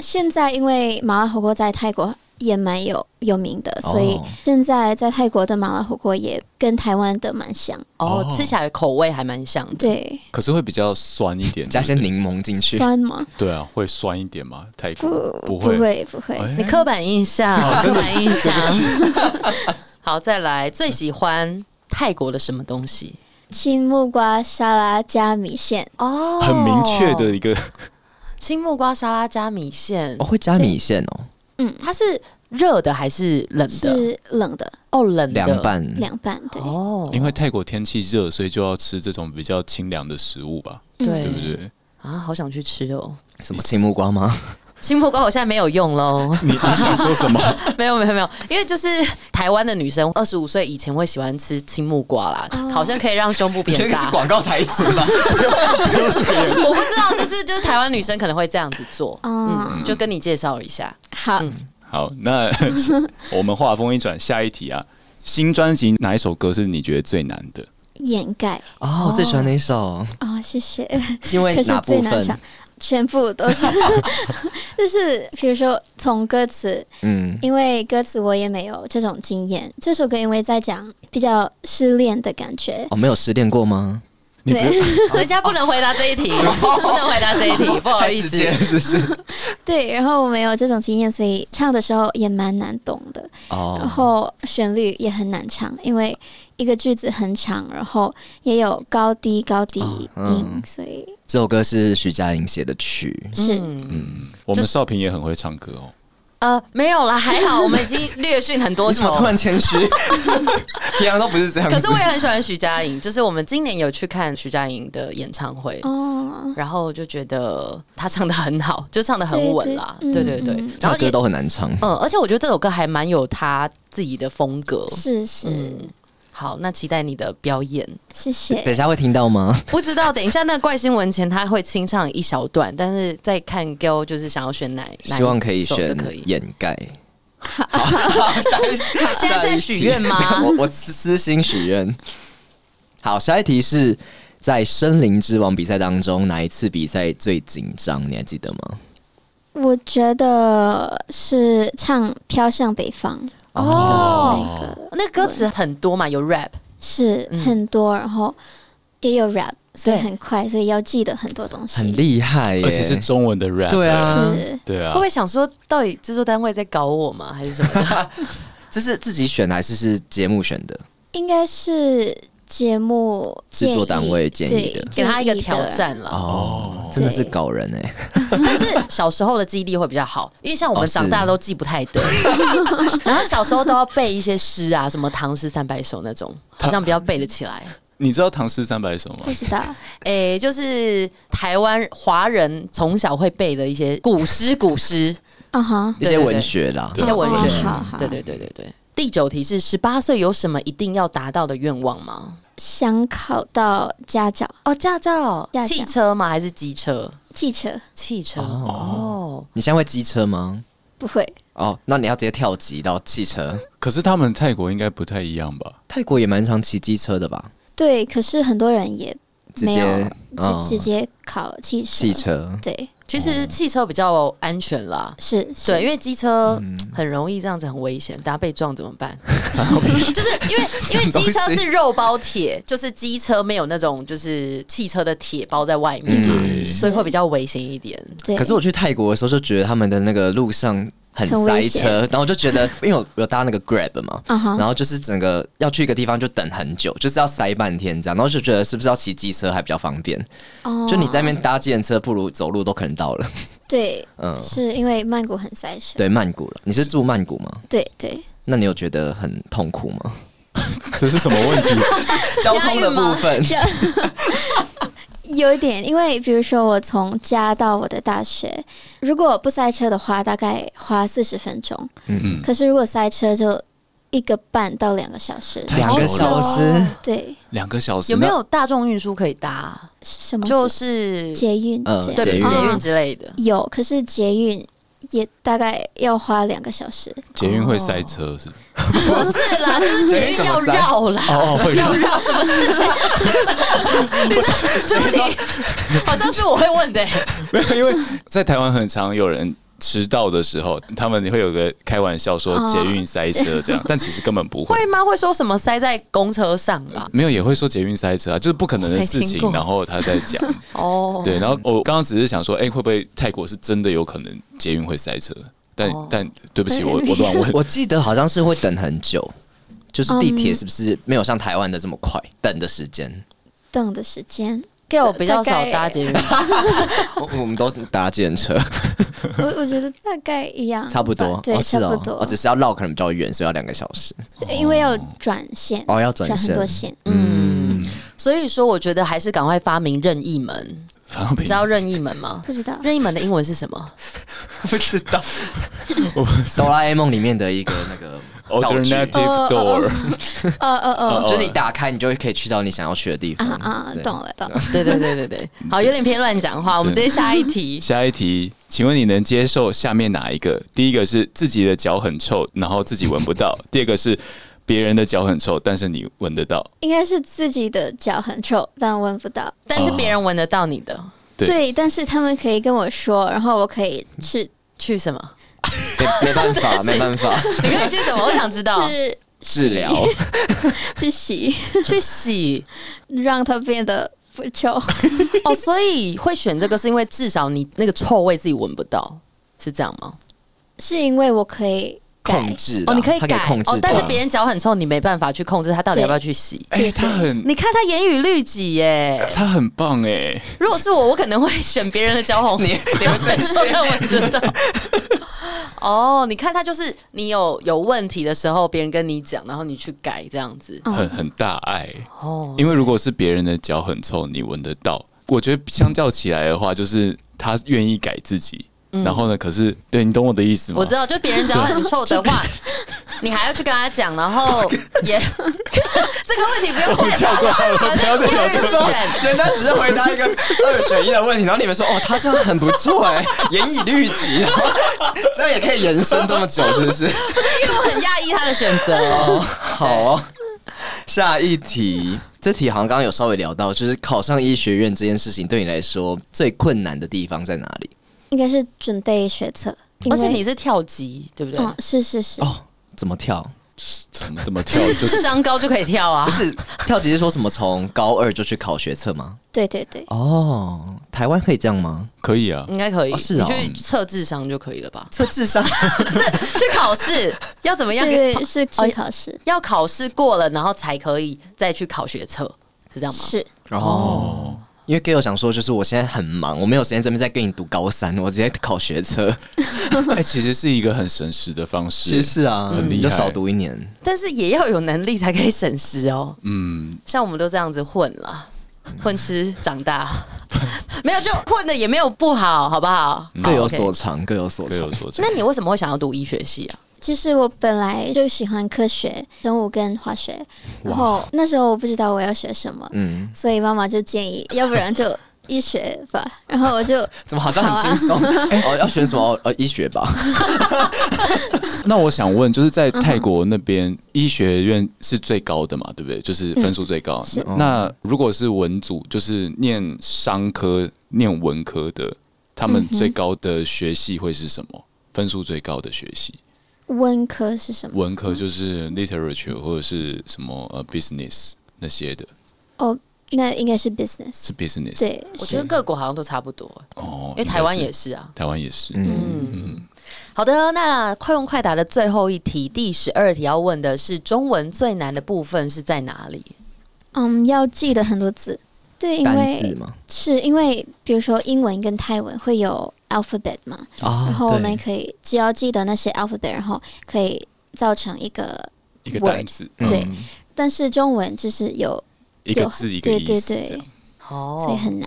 Speaker 4: 现在因为麻辣火锅在泰国也蛮有有名的，所以
Speaker 3: 哦
Speaker 4: 现在在泰国的麻辣火锅也跟台湾的蛮像。
Speaker 1: 哦，
Speaker 3: 哦
Speaker 1: 吃起来口味还蛮像的。
Speaker 4: 对，
Speaker 2: 可是会比较酸一点，
Speaker 3: 加些
Speaker 2: 对不对
Speaker 3: 柠檬进去，
Speaker 4: 酸吗？
Speaker 2: 对啊，会酸一点吗？泰
Speaker 4: 不
Speaker 2: 国，
Speaker 4: 不
Speaker 2: 会，
Speaker 4: 会，不会。
Speaker 2: 哎
Speaker 1: 你刻板印象，刻板印象。 好，再来，最喜欢泰国的什么东西？
Speaker 4: 青木瓜沙拉加米线，
Speaker 1: 哦
Speaker 2: 很明确的一个，
Speaker 1: 青木瓜沙拉加米线
Speaker 3: 哦，，会加米线哦，
Speaker 1: 它是热的还是冷的？
Speaker 4: 是冷的，
Speaker 1: 哦，冷的。
Speaker 3: 凉拌，
Speaker 4: 凉拌，对，
Speaker 1: 哦，
Speaker 2: 因为泰国天气热，所以就要吃这种比较清凉的食物吧，
Speaker 4: 嗯
Speaker 1: 对
Speaker 2: 对不对？，
Speaker 1: 啊，好想去吃哦。
Speaker 3: 什么青木瓜吗？
Speaker 1: 青木瓜我现在没有用喽
Speaker 2: 你你想说什么？
Speaker 1: 没有没有没有，因为就是台湾的女生二十五岁以前会喜欢吃青木瓜啦，
Speaker 4: 哦
Speaker 1: 好像可以让胸部
Speaker 3: 你
Speaker 1: 变大。
Speaker 3: 广告台词 吧？
Speaker 1: 我不知道，只是就是台湾女生可能会这样子做，
Speaker 4: 嗯
Speaker 1: 嗯，就跟你介绍一下。
Speaker 4: 好，
Speaker 2: 好，那 我们话锋一转，下一题啊，新专辑哪一首歌是你觉得最难的？
Speaker 4: 掩盖
Speaker 3: 哦，我最喜欢那一首，
Speaker 4: 哦，谢谢。
Speaker 3: 是因为
Speaker 4: 可是
Speaker 3: 哪
Speaker 4: 最
Speaker 3: 部
Speaker 4: 难
Speaker 3: 分
Speaker 4: 想？，全部都是， 就是比如说从歌词，
Speaker 3: 嗯，
Speaker 4: 因为歌词我也没有这种经验。这首歌因为在讲比较失恋的感觉，
Speaker 3: 哦，没有失恋过吗？
Speaker 2: 你不
Speaker 4: 对
Speaker 1: 人家不能回答这一题，
Speaker 2: 哦
Speaker 1: 不能回答这一题，不好意思。
Speaker 3: 是不是？
Speaker 4: 对，然后我没有这种经验，所以唱的时候也蛮难懂的。然
Speaker 3: 哦，
Speaker 4: 后旋律也很难唱，因为一个句子很长，然后也有高低高低音，
Speaker 3: 嗯
Speaker 4: 所以
Speaker 3: 这首歌是徐佳莹写的曲，
Speaker 4: 是、
Speaker 1: 嗯，
Speaker 2: 我
Speaker 1: 就
Speaker 2: 们
Speaker 1: 是
Speaker 2: 少平也很会唱歌哦。
Speaker 1: 呃，没有啦，还好，我们已经略逊很 多
Speaker 3: 为什么
Speaker 1: 筹
Speaker 3: 突。然谦虚？ 平常都不是这样子。
Speaker 1: 可是我也很喜欢徐佳莹，就是我们今年有去看徐佳莹的演唱会，
Speaker 4: 哦，
Speaker 1: 然后就觉得她唱的很好，就唱的很稳啦，
Speaker 4: 对
Speaker 1: 对
Speaker 4: 对
Speaker 1: 对对
Speaker 4: 嗯嗯，
Speaker 1: 然
Speaker 3: 他
Speaker 1: 后
Speaker 3: 的歌
Speaker 1: 也
Speaker 3: 都很难唱。
Speaker 1: 嗯，而且我觉得这首歌还蛮有她自己的风格，
Speaker 4: 是是，
Speaker 1: 嗯。好，那期待你的表演。
Speaker 4: 谢
Speaker 3: 等
Speaker 4: 谢。
Speaker 3: 一下会听到吗？
Speaker 1: 不知道，等一下那怪新闻前他会清唱一小段，但是在看 Go 就是想要选哪，哪一
Speaker 3: 希望可以
Speaker 1: 首
Speaker 3: 选
Speaker 1: 都可以。
Speaker 3: 掩盖。好，下一
Speaker 1: 现在在许愿吗
Speaker 3: 下一题 我我私私心许愿。好，下一题是在森林之王比赛当中，哪一次比赛最紧张？你还记得吗？
Speaker 4: 我觉得是唱《飘向北方》
Speaker 3: 嗯
Speaker 1: 哦，
Speaker 4: 那个
Speaker 1: 那歌词很多嘛，有 rap，
Speaker 4: 是很多，然后也有 rap，所以
Speaker 1: 对
Speaker 4: 很快，所以要记得很多东西。
Speaker 3: 很厉害耶，
Speaker 2: 而且是中文的 rap，
Speaker 3: 对啊，
Speaker 4: 是
Speaker 2: 对
Speaker 1: 会
Speaker 2: 啊
Speaker 1: 不，会想说到底制作单位在搞我吗，还是什么的？
Speaker 3: 这是自己选的还是是节目选的？
Speaker 4: 应该是节目建议
Speaker 3: 制作单位建议的
Speaker 4: 对
Speaker 1: 给他一个
Speaker 4: 建议的
Speaker 1: 挑战了。
Speaker 3: 哦，真的是搞人哎、
Speaker 1: 但是小时候的记忆力会比较好，因为像我们
Speaker 3: 哦是
Speaker 1: 长大都记不太得，然后小时候都要背一些诗啊，什么唐诗三百首那 种，好像比较背得起来。
Speaker 2: 你知道《唐诗三百首》吗
Speaker 4: 不？知道，
Speaker 1: 诶、就是台湾华人从小会背的一些古诗、古诗，
Speaker 4: 啊哈，
Speaker 3: 一
Speaker 1: 对
Speaker 3: 些
Speaker 1: 对 对
Speaker 3: 文学啦，
Speaker 1: 一些文学
Speaker 4: 哦好好
Speaker 1: 对对对对对。第九题是十八岁有什么一定要达到的愿望吗？
Speaker 4: 想考到驾照
Speaker 1: 哦，驾照
Speaker 4: 驾照
Speaker 1: 汽车吗？还是机车？
Speaker 4: 汽车，
Speaker 1: 汽车哦
Speaker 3: 你现在会机车吗？
Speaker 4: 不会，
Speaker 3: 哦，那你要直接跳级到汽车。
Speaker 2: 可是他们泰国应该不太一样吧？
Speaker 3: 泰国也蛮常骑机车的吧？
Speaker 4: 对，可是很多人也
Speaker 3: 直
Speaker 4: 没
Speaker 3: 接
Speaker 4: 有
Speaker 3: 哦
Speaker 4: 直直接考汽车，
Speaker 3: 汽车
Speaker 4: 对，
Speaker 1: 其实汽车比较安全啦。
Speaker 4: 是，是
Speaker 1: 对，因为机车很容易这样子很危险，大家被撞怎么 办？就是因为因为机车是肉包 铁，就是机车没有那种就是汽车的铁包在外面嘛，
Speaker 2: 对
Speaker 1: 所以会比较危险一点。
Speaker 4: 对，
Speaker 3: 可是我去泰国的时候就觉得他们的那个路上很
Speaker 4: 很危
Speaker 3: 塞
Speaker 4: 险
Speaker 3: 车，然后我就觉得， 因为我有搭那个 Grab 嘛，
Speaker 4: 啊哈
Speaker 3: 然后就是整个要去一个地方就等很久，就是要塞半天这样，然后就觉得是不是要骑机车还比较方便？
Speaker 4: 哦
Speaker 3: 就你在那边搭计程车，不如走路都可能到 了。
Speaker 4: 对，
Speaker 3: 嗯，
Speaker 4: 是因为曼谷很塞车，
Speaker 3: 对，曼谷了。你是住曼谷吗？
Speaker 4: 对对，
Speaker 3: 那你有觉得很痛苦 吗？
Speaker 2: 这是什么 问题？
Speaker 3: 交通的部分，
Speaker 4: 有一点，因为比如说我从家到我的大学，如果不塞车的话，大概花四十分钟，
Speaker 2: 嗯，
Speaker 4: 可是如果塞车就一个半到两个小时，
Speaker 2: 太
Speaker 3: 两
Speaker 2: 久
Speaker 3: 个
Speaker 2: 了
Speaker 3: 小时
Speaker 1: 哦，
Speaker 4: 对，
Speaker 2: 两个小时
Speaker 1: 有没？有大众运输可以搭？
Speaker 4: 是什么
Speaker 1: 就是
Speaker 4: 捷运
Speaker 3: 嗯
Speaker 4: 这样
Speaker 1: 对
Speaker 3: 捷运
Speaker 1: 捷运
Speaker 4: 啊
Speaker 1: 之类的。
Speaker 4: 有，可是捷运也大概要花两个小时。
Speaker 2: 捷运会塞车是不是？
Speaker 1: 不是啦，就是哦捷运要绕啦，
Speaker 2: 哦会绕
Speaker 1: 要绕 什么事情？ 你这这问题好像是我会问的、欸，
Speaker 2: 没有，因为在台湾很常有人迟到的时候，他们会有个开玩笑说
Speaker 4: 哦
Speaker 2: 捷运塞车 这样，但其实根本不会。
Speaker 1: 会吗？会说什么塞在公车上吧？
Speaker 2: 没有也会说捷运塞车啊，就是不可能的事
Speaker 1: 我没
Speaker 2: 情
Speaker 1: 听，过
Speaker 2: 然后他在讲，
Speaker 1: 哦，
Speaker 2: 对，然后我刚刚只是想说，哎、会不会泰国是真的有可能捷运会塞车？但、
Speaker 1: 哦
Speaker 2: 但对不起，我我乱 问，
Speaker 3: 我记得好像是会等很久，就是地铁
Speaker 4: 嗯
Speaker 3: 是不是没有像台湾的这么快等的时间？
Speaker 4: 等的时间，
Speaker 1: 给我比较少搭捷运，
Speaker 3: 我我们都搭计程车，
Speaker 4: 我我觉得大概一样吧，
Speaker 3: 差不多，
Speaker 4: 嗯对，
Speaker 3: 哦是
Speaker 4: 差
Speaker 3: 哦
Speaker 4: 不多。
Speaker 3: 哦只是要绕可能比较远，所以要两个小时。
Speaker 4: 对因为要转线，
Speaker 3: 哦，要转
Speaker 4: 转很
Speaker 3: 线
Speaker 4: 多，线，
Speaker 1: 嗯，所以说我觉得还是赶快发明任意门，
Speaker 3: 嗯
Speaker 2: 反正
Speaker 1: 你知道任意门吗？
Speaker 4: 不知道。
Speaker 1: 任意门的英文是什 么？
Speaker 3: 不知道。哆啦 A 梦里面的一个那个道具，
Speaker 2: alternative
Speaker 1: 呃
Speaker 4: 哦哦
Speaker 2: door，
Speaker 4: 哦哦哦，
Speaker 3: 就是你打开，你就可以去到你想要去的地方
Speaker 4: 啊啊，
Speaker 3: 对
Speaker 4: 懂了懂了。
Speaker 1: 对对对对对，好，有点偏乱讲话，我们直接下一 题。
Speaker 2: 下一题，请问你能接受下面哪一个？第一个是自己的脚很臭，然后自己闻不到； 第二个是别人的脚很臭，但是你闻得到。
Speaker 4: 应该是自己的脚很臭，但闻不到。
Speaker 1: 但是别人闻得到你的，
Speaker 2: 对
Speaker 4: 对，但是他们可以跟我说，然后我可以去
Speaker 1: 去什么？
Speaker 3: 没没办法，没办法，
Speaker 1: 你可以去什么？我想 知道。
Speaker 4: 去
Speaker 3: 治疗。
Speaker 4: 去洗，
Speaker 1: 去洗
Speaker 4: 让它变得不臭。
Speaker 1: 哦，所以会选这个是因为至少你那个臭味自己闻不到，是这样吗？
Speaker 4: 是因为我可以改
Speaker 3: 控制啦
Speaker 1: 哦，你可以
Speaker 3: 它
Speaker 1: 改
Speaker 3: 控制
Speaker 1: 哦，但是
Speaker 3: 它
Speaker 1: 别人脚很臭，你没办法去控制他到底要不要去洗。
Speaker 2: 哎、他很
Speaker 1: 你看他严以律己耶，
Speaker 2: 他很棒哎、
Speaker 1: 如果是我，我可能会选别人的脚红，你你 们真是闻得到。 哦，你看他就是你有有问题的时候，别人跟你讲，然后你去改这样子。
Speaker 2: 很很大爱。
Speaker 1: 哦，
Speaker 2: 因为如果是别人的脚很臭，你闻得到，我觉得相较起来的话，就是他愿意改自己。然后呢？可是，对你懂我的意思吗？
Speaker 1: 嗯我知道，就别人脚很臭的 话，你还要去跟他讲，然 后也这个问题不用回答，反正第二就是选。
Speaker 3: 人家只是回答一个二选一的问题，然后你们说哦，他这样很不错哎、严以律己，然后 这样也可以延伸这么久，是不是？
Speaker 1: 因为我很讶异他的选择，
Speaker 3: 哦，好哦。 下一题，这题好像刚刚有稍微聊到，就是考上医学院这件事情对你来说最困难的地方在哪里？
Speaker 4: 应该是准备学测， 因
Speaker 1: 而
Speaker 4: 为
Speaker 1: 且哦你是跳级，对不对？
Speaker 4: 哦，是是是，
Speaker 3: 哦，怎么跳？
Speaker 2: 怎么怎么跳
Speaker 1: 就？是
Speaker 2: 就
Speaker 1: 智商高就可以跳啊
Speaker 3: 不！是跳，只是说什么从高二就去考学测吗？
Speaker 4: 对对对，
Speaker 3: 哦，台湾可以这样吗？
Speaker 2: 可以啊。
Speaker 1: 应该可以，
Speaker 3: 哦是哦
Speaker 1: 你去测智商就可以了吧？
Speaker 3: 测智商
Speaker 1: 是去考试要怎么样？
Speaker 4: 对对是
Speaker 1: 哦
Speaker 4: 去考试，
Speaker 1: 要考试过了，然后才可以再去考学测，是这样吗？
Speaker 4: 是
Speaker 3: 哦。因为 Gail 想说，就是我现在很忙，我没有时间这边再跟你读高三，我直接考学测。
Speaker 2: 哎、其实是一个很省时的方式。
Speaker 3: 其实是啊，
Speaker 2: 很厉
Speaker 3: 你就
Speaker 2: 害
Speaker 3: 少读一年。
Speaker 1: 但是也要有能力才可以省时哦。
Speaker 2: 嗯，
Speaker 1: 像我们都这样子混了，混吃长大，没有就混的也没有不好，好不好？
Speaker 3: 嗯各有
Speaker 1: OK
Speaker 3: 所长，各有所
Speaker 2: 各
Speaker 3: 长
Speaker 2: 有。所长
Speaker 1: 那。你为什么会想要读医学系啊？
Speaker 4: 其实我本来就喜欢科学、生物跟化学，然后那时候我不知道我要学什么，
Speaker 3: 嗯，
Speaker 4: 所以妈妈就建议，要不然就医学吧。然后我就
Speaker 3: 怎么好像很轻松？哦，要选什么？呃，医学吧。
Speaker 2: 那我想问，就是在泰国
Speaker 4: 嗯
Speaker 2: 那边，医学院是最高的嘛，对不对？就是分数最
Speaker 4: 嗯
Speaker 2: 高。那如果是文组，就是念商科、念文科的，他们最高的学系会是什么？分数最高的学系，
Speaker 4: 温科是什么？
Speaker 2: 文科就是 literature 或者是什么呃 business 那些的，
Speaker 4: 哦，那应该是
Speaker 2: 是
Speaker 4: business。
Speaker 2: business。
Speaker 4: 对，
Speaker 1: 我觉得各国好像都差不多，
Speaker 2: 哦，
Speaker 1: 因为台湾
Speaker 2: 应该
Speaker 1: 也
Speaker 2: 是，
Speaker 1: 是啊。
Speaker 2: 台湾也是。
Speaker 1: 好的，那快问快答的最后一题，第十二题要问的是中文最难的部分是在哪里？
Speaker 4: 嗯，要记得很多字。对，因
Speaker 3: 单字
Speaker 4: 为
Speaker 3: 嘛。
Speaker 4: 是因为比如说英文跟泰文会有 alphabet 嘛，
Speaker 3: 啊
Speaker 4: 然后我们
Speaker 3: 对
Speaker 4: 可以只要记得那些 alphabet，然后可以造成一个。
Speaker 2: 一个单字，
Speaker 4: word，对
Speaker 2: 嗯
Speaker 4: 但是中文就是有，
Speaker 2: 一个字一个
Speaker 4: 对
Speaker 2: 意
Speaker 4: 对
Speaker 2: 思这
Speaker 4: 对
Speaker 2: 样。，
Speaker 4: 所以
Speaker 1: 哦，
Speaker 4: 很难。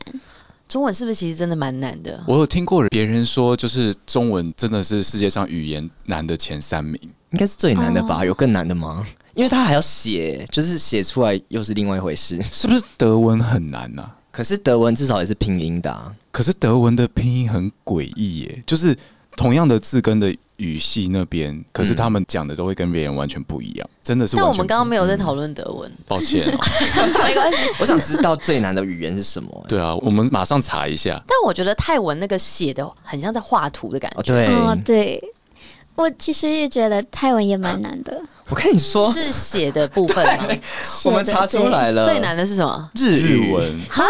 Speaker 1: 中文是不是其实真的蛮难的？
Speaker 2: 我有听过别人说，就是中文真的是世界上语言难的前三名。
Speaker 3: 应该是最难的吧？有更难的吗？因为他还要写，就是写出来又是另外一回事。
Speaker 2: 是不是德文很难呐、
Speaker 3: 可是德文至少也是拼音的啊。
Speaker 2: 可是德文的拼音很诡异耶，就是同样的字根的语系那边，可是他们讲的都会跟别人完全不一样，真的是完
Speaker 1: 嗯
Speaker 2: 全
Speaker 1: 但我
Speaker 2: 不一样。
Speaker 1: 们刚刚没有在讨论德文，
Speaker 2: 抱歉、哦，
Speaker 1: 没关系。
Speaker 3: 我想知道最难的语言是什么、欸？
Speaker 2: 对啊，我们马上查一下。
Speaker 1: 但我觉得泰文那个写的很像在画图的感觉，
Speaker 3: 哦，
Speaker 2: 哎
Speaker 3: 对，
Speaker 4: 哦，对，我其实也觉得泰文也蛮难的。
Speaker 3: 我跟你说，
Speaker 1: 是写的部分吗？
Speaker 3: 我们查出来了，
Speaker 1: 最难的是什么？
Speaker 3: 日
Speaker 2: 日文
Speaker 1: 哈，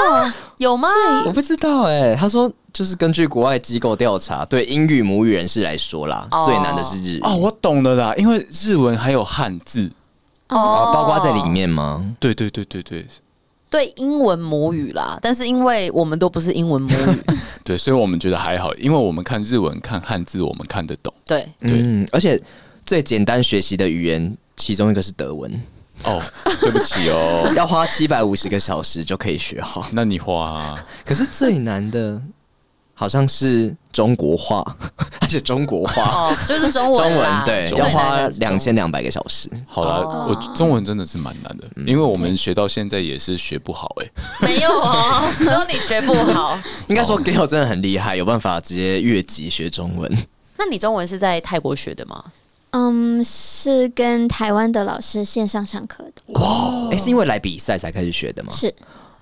Speaker 1: 有吗？
Speaker 3: 我不知道哎、他说就是根据国外机构调查，对英语母语人士来说啦，
Speaker 1: 哦
Speaker 3: 最难的是日语
Speaker 2: 哦，我懂了啦，因为日文还有汉字。
Speaker 3: 啊包括在里。面吗？
Speaker 2: 对对对对对
Speaker 1: 对英文母语啦，但是因为我们都不是英文母 语，
Speaker 2: 对，所以我们觉得还好，因为我们看日文、看汉字，我们看得懂。
Speaker 1: 对，
Speaker 2: 对
Speaker 3: 嗯，而且最简单学习的语言，其中一个是德文，
Speaker 2: 哦，对不起哦，
Speaker 3: 要花七百五十个小时就可以学好。
Speaker 2: 那你花啊、
Speaker 3: 可是最难的好像是中国话， 而且中国话。
Speaker 1: 哦，就是中文
Speaker 3: 中文
Speaker 1: 啦，
Speaker 3: 对，
Speaker 1: 最
Speaker 3: 要
Speaker 1: 难
Speaker 3: 花
Speaker 1: 的是中
Speaker 3: 两
Speaker 1: 文
Speaker 3: 千两百个小时，
Speaker 2: 好啦，
Speaker 1: 哦
Speaker 2: 我中文真的是蛮难的，因为我们学到现在也是学不好哎、
Speaker 1: 没有 哦，只有你学不好。
Speaker 3: 应该说 Gail 真的很厉害，有办法直接越级学中文。
Speaker 1: 那你中文是在泰国学的吗？
Speaker 4: 嗯，是跟台湾的老师线上上课的，
Speaker 3: 哎、是因为来比赛才开始学的吗？
Speaker 4: 是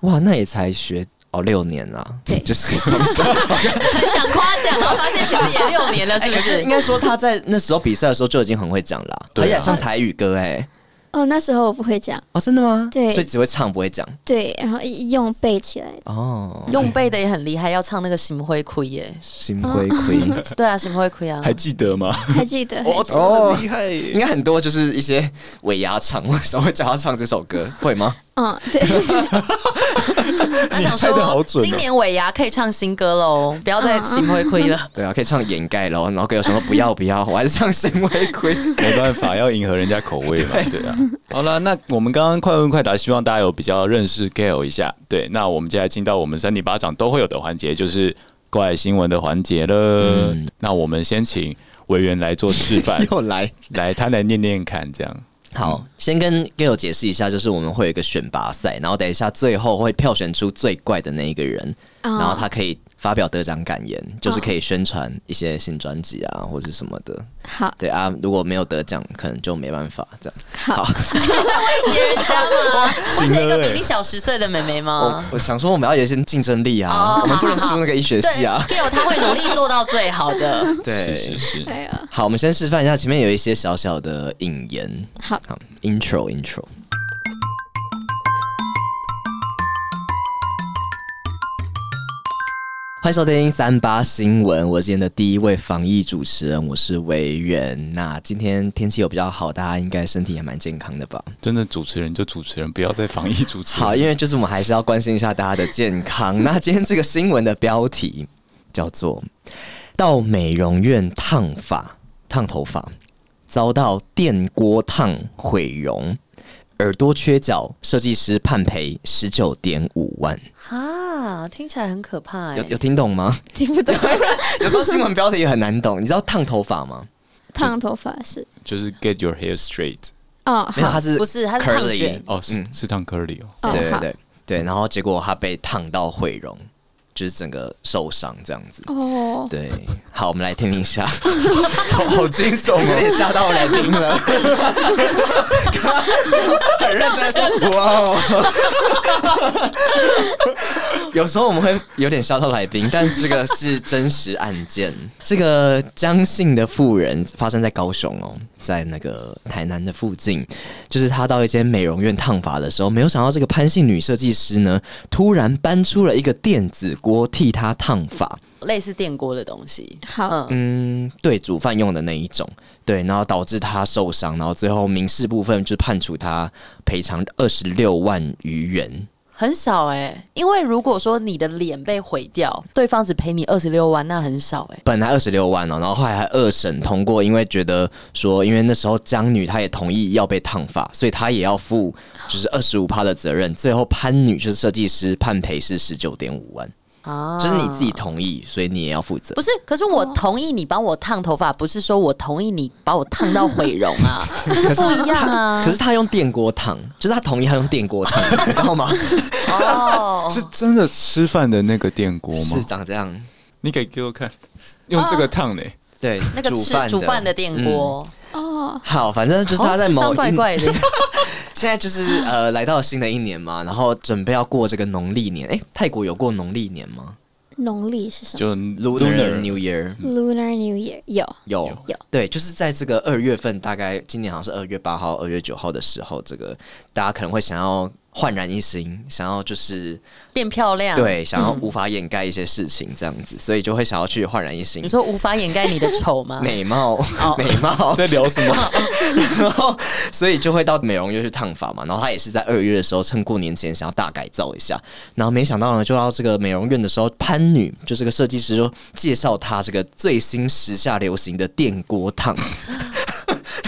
Speaker 3: 哇，那也才学哦六年啦，
Speaker 4: 对
Speaker 3: 就是
Speaker 1: 想夸奖，然后发现其实也六年了，是不
Speaker 3: 可是应
Speaker 1: 哎是？
Speaker 3: 该说他在那时候比赛的时候就已经很会讲啦、
Speaker 2: 对啊
Speaker 3: 而且还唱台语歌哎、
Speaker 4: 哦。那时候我不会讲，
Speaker 3: 哦真的吗？
Speaker 4: 对
Speaker 3: 所以只会唱不会讲
Speaker 4: 对，然后用背起来。
Speaker 3: 哦，
Speaker 1: 用背的也很厉害，要唱那个《行灰亏》耶。
Speaker 3: 心灰灰。
Speaker 1: 对啊，《行灰亏》啊，
Speaker 2: 还记得吗？
Speaker 4: 还记得？ 还记得
Speaker 3: 哦，
Speaker 2: 厉害耶
Speaker 3: 应该很多就是一些尾牙唱，为什么会叫他唱这首歌？会吗？
Speaker 4: 嗯，对，
Speaker 1: 那
Speaker 2: 你
Speaker 1: 想
Speaker 2: 猜得好
Speaker 1: 说
Speaker 2: 准哦
Speaker 1: 今年尾牙可以唱新歌喽，不要再《行灰亏》 了。
Speaker 3: 对啊，可以唱掩盖咯。然后给我说不要不要，我还是唱心 灰灰。，
Speaker 2: 没办法，要迎合人家口味嘛，对啊。好了，那我们刚刚快问快答，希望大家有比较认识 Gail 一下。对，那我们接下来进到我们三里巴掌都会有的环节，就是怪新闻的环节了。那我们先请委员来做示 范
Speaker 3: 又来。
Speaker 2: 来他来念念看，这样。
Speaker 3: 好，先跟 Gail 解释一下，就是我们会有一个选拔赛，然后等一下最后会票选出最怪的那一个人，
Speaker 4: 哦
Speaker 3: 然后他可以发表得奖感言，就是可以宣传一些新专辑啊或者什么的。
Speaker 4: 好
Speaker 3: 对啊，如果没有得奖，可能就没办法这样。
Speaker 4: 好
Speaker 1: 威胁人家吗？
Speaker 2: 请
Speaker 1: 威
Speaker 2: 了
Speaker 1: 胁一个
Speaker 2: 欸
Speaker 1: 比你小十岁的妹妹
Speaker 3: 我
Speaker 1: 吗？
Speaker 3: 我想说，我们要有一些竞争力啊
Speaker 1: 哦，
Speaker 3: 我们不能输那个医学
Speaker 1: 对
Speaker 3: 系 啊。
Speaker 1: ，Gail 他会努力做到最好的。
Speaker 3: 对，
Speaker 2: 是是是。
Speaker 4: 哎呀，
Speaker 3: 好，我们先示范一下，前面有一些小小的引言。
Speaker 4: 好
Speaker 3: 好，intro intro。欢迎收听三八新闻，我是今天的第一位防疫主持人，我是维园。那今天天气有比较好，大家应该身体还蛮健康的吧？
Speaker 2: 真的主持人就主持人，不要再防疫主持人。
Speaker 3: 好，因为就是我们还是要关心一下大家的健 康。那今天这个新闻的标题叫做“到美容院烫发烫头发，遭到电锅烫毁容，耳朵缺角，设计师判赔十九点五万
Speaker 1: 哈，听起来很可怕”。哎
Speaker 3: 有。有听懂吗？
Speaker 4: 听不懂。
Speaker 3: 有时候新闻标题也很难懂。你知道烫头发吗？
Speaker 4: 烫头发是
Speaker 2: 就是 get your hair straight。
Speaker 4: 哦，
Speaker 3: 没有，
Speaker 4: 好
Speaker 3: 它是
Speaker 1: 不是它是烫
Speaker 3: curly
Speaker 1: 卷
Speaker 2: 哦，是、是烫 curly 哦。
Speaker 4: 哦，
Speaker 3: 对对
Speaker 4: 好
Speaker 3: 对对，然后结果他被烫到毁容，就是整个受伤这样子。
Speaker 4: 哦，
Speaker 3: 对，好，我们来听一下，好 好惊悚、哦，有点吓到来宾了。很认真地说，哇哦！有时候我们会有点吓到来宾，但这个是真实案件。这个江姓的妇人发生在高雄哦，在那个台南的附近，就是她到一间美容院烫发的时候，没有想到这个潘姓女设计师呢，突然搬出了一个电子锅替她烫发。
Speaker 1: 类似电锅的东西。
Speaker 4: 好
Speaker 1: 嗯，
Speaker 3: 嗯，对，煮饭用的那一种，对，然后导致他受伤，然后最后民事部分就判处他赔偿二十六万余元。
Speaker 1: 很少哎、因为如果说你的脸被毁掉，对方只赔你二十六万，那很少哎、
Speaker 3: 本来二十六万哦，然后后来还二审通过，因为觉得说，因为那时候江女她也同意要被烫发，所以她也要负就是二十五趴的责任。最后潘女就是设计师判赔是十九点五万，
Speaker 1: 啊，
Speaker 3: 就是你自己同意，所以你也要负责
Speaker 1: 不。是？可是我同意你帮我烫头发，不是说我同意你把我烫到毁容啊，就是不一样啊
Speaker 3: 可。是她用电锅烫，就是她同意她用电锅 烫，你知道吗？
Speaker 1: 哦，
Speaker 2: 是真的吃饭的那个电锅吗
Speaker 3: 是？长这样。
Speaker 2: 你给给我看，用这个烫呢、
Speaker 3: 对，
Speaker 1: 那个吃煮饭的电锅，
Speaker 4: 哦，
Speaker 3: 好，反正就是他在
Speaker 1: 哦智商
Speaker 3: 某一
Speaker 1: 怪 怪的，
Speaker 3: 现在就是呃，来到新的一年嘛，然后准备要过这个农历年。哎、泰国有过农历年吗
Speaker 4: 农历是什么
Speaker 2: 就
Speaker 3: ？Lunar New Year
Speaker 4: ？Lunar New Year 有
Speaker 3: 有
Speaker 4: 有
Speaker 3: 对，就是在这个二月份，大概今年好像是二月八号、二月九号的时候，这个大家可能会想要焕然一新，想要就是
Speaker 1: 变漂亮。，
Speaker 3: 对，想要无法掩盖一些事情这样子，所以就会想要去焕然一新
Speaker 1: 你。说无法掩盖你的 丑吗？
Speaker 3: 美貌，美貌，
Speaker 2: 在聊什么？
Speaker 3: 然后所以就会到美容院去烫发嘛。然后他也是在二月的时候，趁过年前想要大改造一下，然后没想到呢，就到这个美容院的时候，潘女就这个设计师就介绍他这个最新时下流行的电锅烫，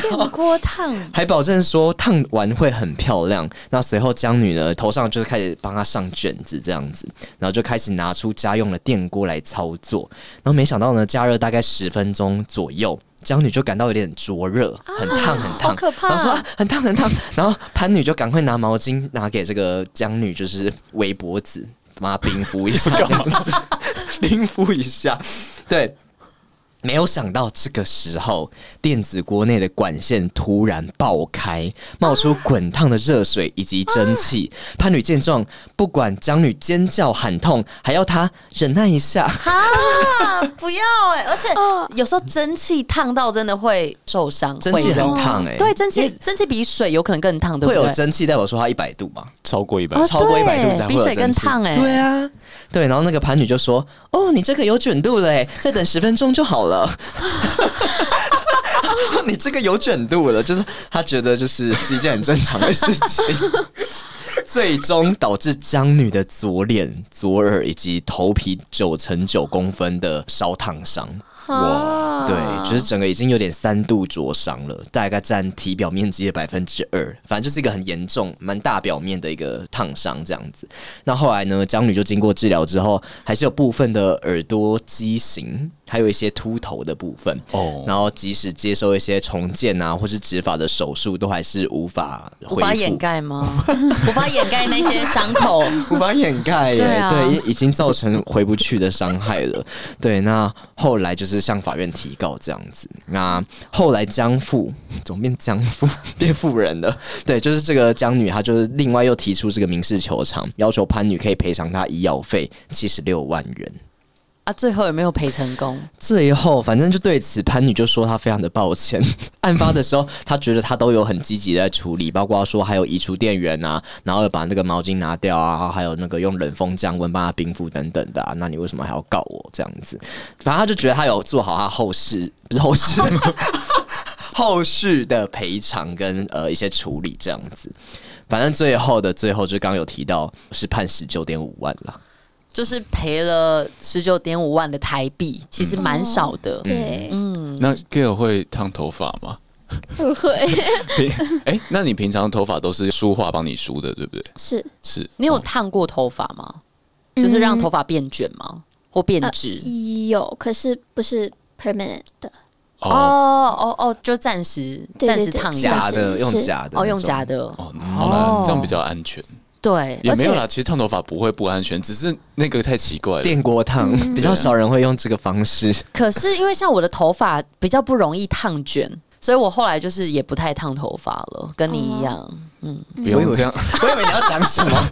Speaker 1: 电锅烫，
Speaker 3: 还保证说烫完会很漂亮。那随后江女呢头上就是开始帮她上卷子这样子，然后就开始拿出家用的电锅来操作。然后没想到呢，加热大概十分钟左右。江女就感到有点灼热，很烫，很烫，
Speaker 1: 啊好可怕
Speaker 3: 然后说、啊、很烫，很烫。然后潘女就赶快拿毛巾拿给这个江女，就是围脖子，妈冰敷一下，这样子， 冰敷一下。对，没有想到这个时候，电子锅内的管线突然爆开，冒出滚烫的热水以及蒸
Speaker 1: 啊
Speaker 3: 汽。潘女见状，不管江女尖叫喊痛，还要她忍耐一下。
Speaker 1: 啊，不要哎、而且
Speaker 4: 哦
Speaker 1: 有时候蒸汽烫到真的会受伤，
Speaker 3: 蒸汽
Speaker 1: 会
Speaker 3: 很
Speaker 1: 痛
Speaker 3: 烫哎、
Speaker 1: 对，蒸汽蒸汽比水有可能更烫， 对不
Speaker 3: 会有
Speaker 1: 对？
Speaker 3: 蒸汽，代表说它一百度吧，
Speaker 2: 超过一百
Speaker 1: 哦，
Speaker 3: 超过
Speaker 1: 对
Speaker 3: 一百度才会
Speaker 1: 比
Speaker 3: 有
Speaker 1: 水更
Speaker 3: 蒸汽
Speaker 1: 烫哎、
Speaker 3: 对啊，对。然后那个盘女就说：“哦，你这个有卷度嘞，再等十分钟就好了。” 你这个有卷度了，就是他觉得就是是一件很正常的事情，最终导致江女的左脸、左耳以及头皮九乘九公分的烧烫伤。
Speaker 1: 啊
Speaker 3: 对，就是整个已经有点三度灼伤了，大概占体表面积的百分之二，反正就是一个很严重、蛮大表面的一个烫伤这样子。那后来呢，江女就经过治疗之后，还是有部分的耳朵畸形，还有一些秃头的部分。
Speaker 2: 哦，
Speaker 3: 然后即使接受一些重建啊，或是植发的手术，都还是无法
Speaker 1: 无法
Speaker 3: 恢复
Speaker 1: 掩 盖吗？无法掩盖那些伤口。
Speaker 3: 无法掩盖耶，
Speaker 1: 对啊
Speaker 3: 对，已已经造成回不去的伤害了。对，那后来就是向法院提告这样子。那后来江父怎么变江父 变妇人了？对，就是这个江女，她就是另外又提出这个民事求偿，要求潘女可以赔偿她医药费七十六万元。
Speaker 1: 啊，最后有没有赔成功？
Speaker 3: 最后，反正就对此，潘女就说她非常的抱歉。 案发的时候，她觉得她都有很积极的在处理，包括说还有移除电源啊，然后把那个毛巾拿掉啊，还有那个用冷风降温帮她冰敷等等的、啊。那你为什么还要告我这样子？反正她就觉得她有做好她后事，不是后事，后续的赔偿跟呃一些处理这样子。反正最后的最后，就刚刚有提到是判十九点五万了。
Speaker 1: 就是赔了十九点五万的台币，其实蛮少的。
Speaker 3: 嗯
Speaker 4: 对，
Speaker 2: 那 Gail 会烫头发吗？
Speaker 4: 不会
Speaker 2: 平哎、那你平常头发都是梳化帮你梳的，对不对？
Speaker 4: 是
Speaker 2: 是哦
Speaker 1: 你有烫过头发吗？就是让头发变卷吗？或变直？
Speaker 4: 有，可是不是 permanent 的，
Speaker 1: 哦哦哦，就暂时
Speaker 4: 对对
Speaker 1: 暂时烫一
Speaker 4: 假
Speaker 1: 下。
Speaker 3: 夹的
Speaker 4: 是
Speaker 3: 用
Speaker 4: 是
Speaker 3: 夹的那种，
Speaker 1: 哦，用假的，
Speaker 2: 哦，好啦，这样比较安全。
Speaker 1: 对，
Speaker 2: 也
Speaker 1: 而
Speaker 2: 没有
Speaker 1: 且
Speaker 2: 啦，其实烫头发不会不安全，只是那个太奇怪了。
Speaker 3: 电锅烫，比较少人会用这个方式。
Speaker 1: 可是因为像我的头发比较不容易烫卷，所以我后来就是也不太烫头发了，跟你一样。
Speaker 4: 哦
Speaker 2: 不用这样，
Speaker 3: 啊我以为你要讲什么，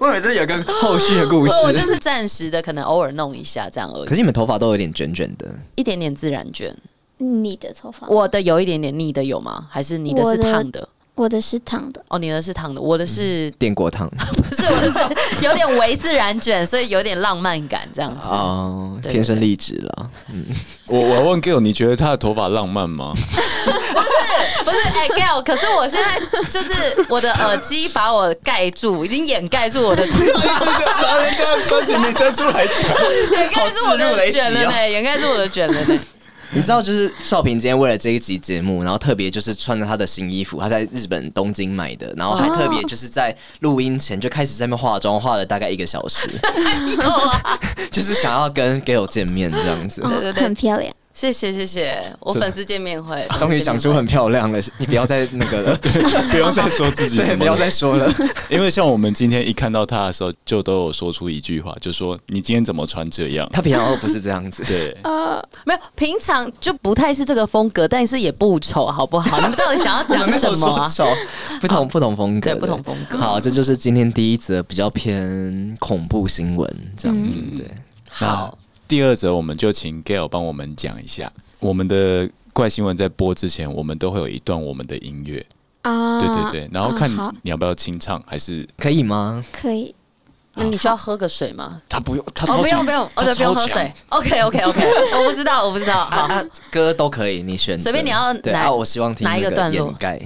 Speaker 3: 我以为这有个后续的故
Speaker 1: 我我就是暂时的，可能偶尔弄一下这样而
Speaker 3: 可是
Speaker 1: 已，
Speaker 3: 你们头发都有点卷卷的，
Speaker 1: 一点点自然卷。
Speaker 4: 你的头发，
Speaker 1: 我的有一点点，你的有吗？还是你的
Speaker 4: 我
Speaker 1: 是
Speaker 4: 的
Speaker 1: 烫的？
Speaker 4: 我的是烫的，
Speaker 1: 哦，你的是烫的，我的是、
Speaker 3: 电锅烫
Speaker 2: 嗯
Speaker 1: 不 是我的是有点微自然卷，所以有点浪漫感这样子。
Speaker 3: 哦，
Speaker 1: 对
Speaker 3: 天生丽质了。
Speaker 2: 我我要问 Gail，你觉得他的头发浪漫吗？
Speaker 1: 不是哎、g a l 可是我现在就是我的耳机把我盖住，已经掩盖住我 的，
Speaker 3: 拿人家专辑名称出来讲，
Speaker 1: 掩盖住我
Speaker 3: 好置入
Speaker 1: 的
Speaker 3: 雷击
Speaker 1: 卷了
Speaker 3: 哦
Speaker 1: 呢、掩盖住我的卷了呢、
Speaker 3: 你知道，就是少平今天为了这一集节目，然后特别就是穿着他的新衣服，他在日本东京买的，然后还特别就是在录音前就开始在那边化妆，化了大概一个小哦 时，就是想要跟 Gail 见面这样子。
Speaker 1: 对对对
Speaker 4: 嗯很漂亮，
Speaker 1: 谢谢谢谢，我
Speaker 2: 真的
Speaker 1: 粉丝见面会
Speaker 3: 终于讲出很漂亮了，你不要再那 个了，
Speaker 2: 不用再说自己什
Speaker 3: 对，不
Speaker 2: 么
Speaker 3: 要
Speaker 2: 了，
Speaker 3: 再说了。
Speaker 2: 因为像我们今天一看到他的时候，就都有说出一句话，就说你今天怎么穿这样？
Speaker 3: 他平常都不是这样子，
Speaker 2: 对，
Speaker 4: 呃
Speaker 1: 没有，平常就不太是这个风格，但是也不丑，好不好？你们到底想要讲什么 啊、
Speaker 3: 手不同不同风格，
Speaker 1: 对，不同。风格。
Speaker 3: 好，这就是今天第一则比较偏恐怖新闻这样
Speaker 1: 嗯
Speaker 3: 子，对。
Speaker 2: 好，第二则我们就请 Gail 帮我们讲一下我们的怪新闻在播之前，我们都会有一段我们的音乐，
Speaker 4: 啊，
Speaker 2: 对对对，然后看
Speaker 4: 啊好
Speaker 2: 你要不要清唱，还是
Speaker 3: 可以吗？
Speaker 4: 可以，
Speaker 1: 那你需要喝个水吗？
Speaker 2: 他不用，他
Speaker 1: 哦，不用不用，哦对，不用喝水。OK OK OK，我不 知道，我不知道。好，
Speaker 3: 啊，歌都可以，你选择
Speaker 1: 随便你要
Speaker 3: 对
Speaker 1: 哪
Speaker 3: 啊，我希望听
Speaker 1: 哪一个
Speaker 3: 那
Speaker 1: 段落
Speaker 3: 掩盖，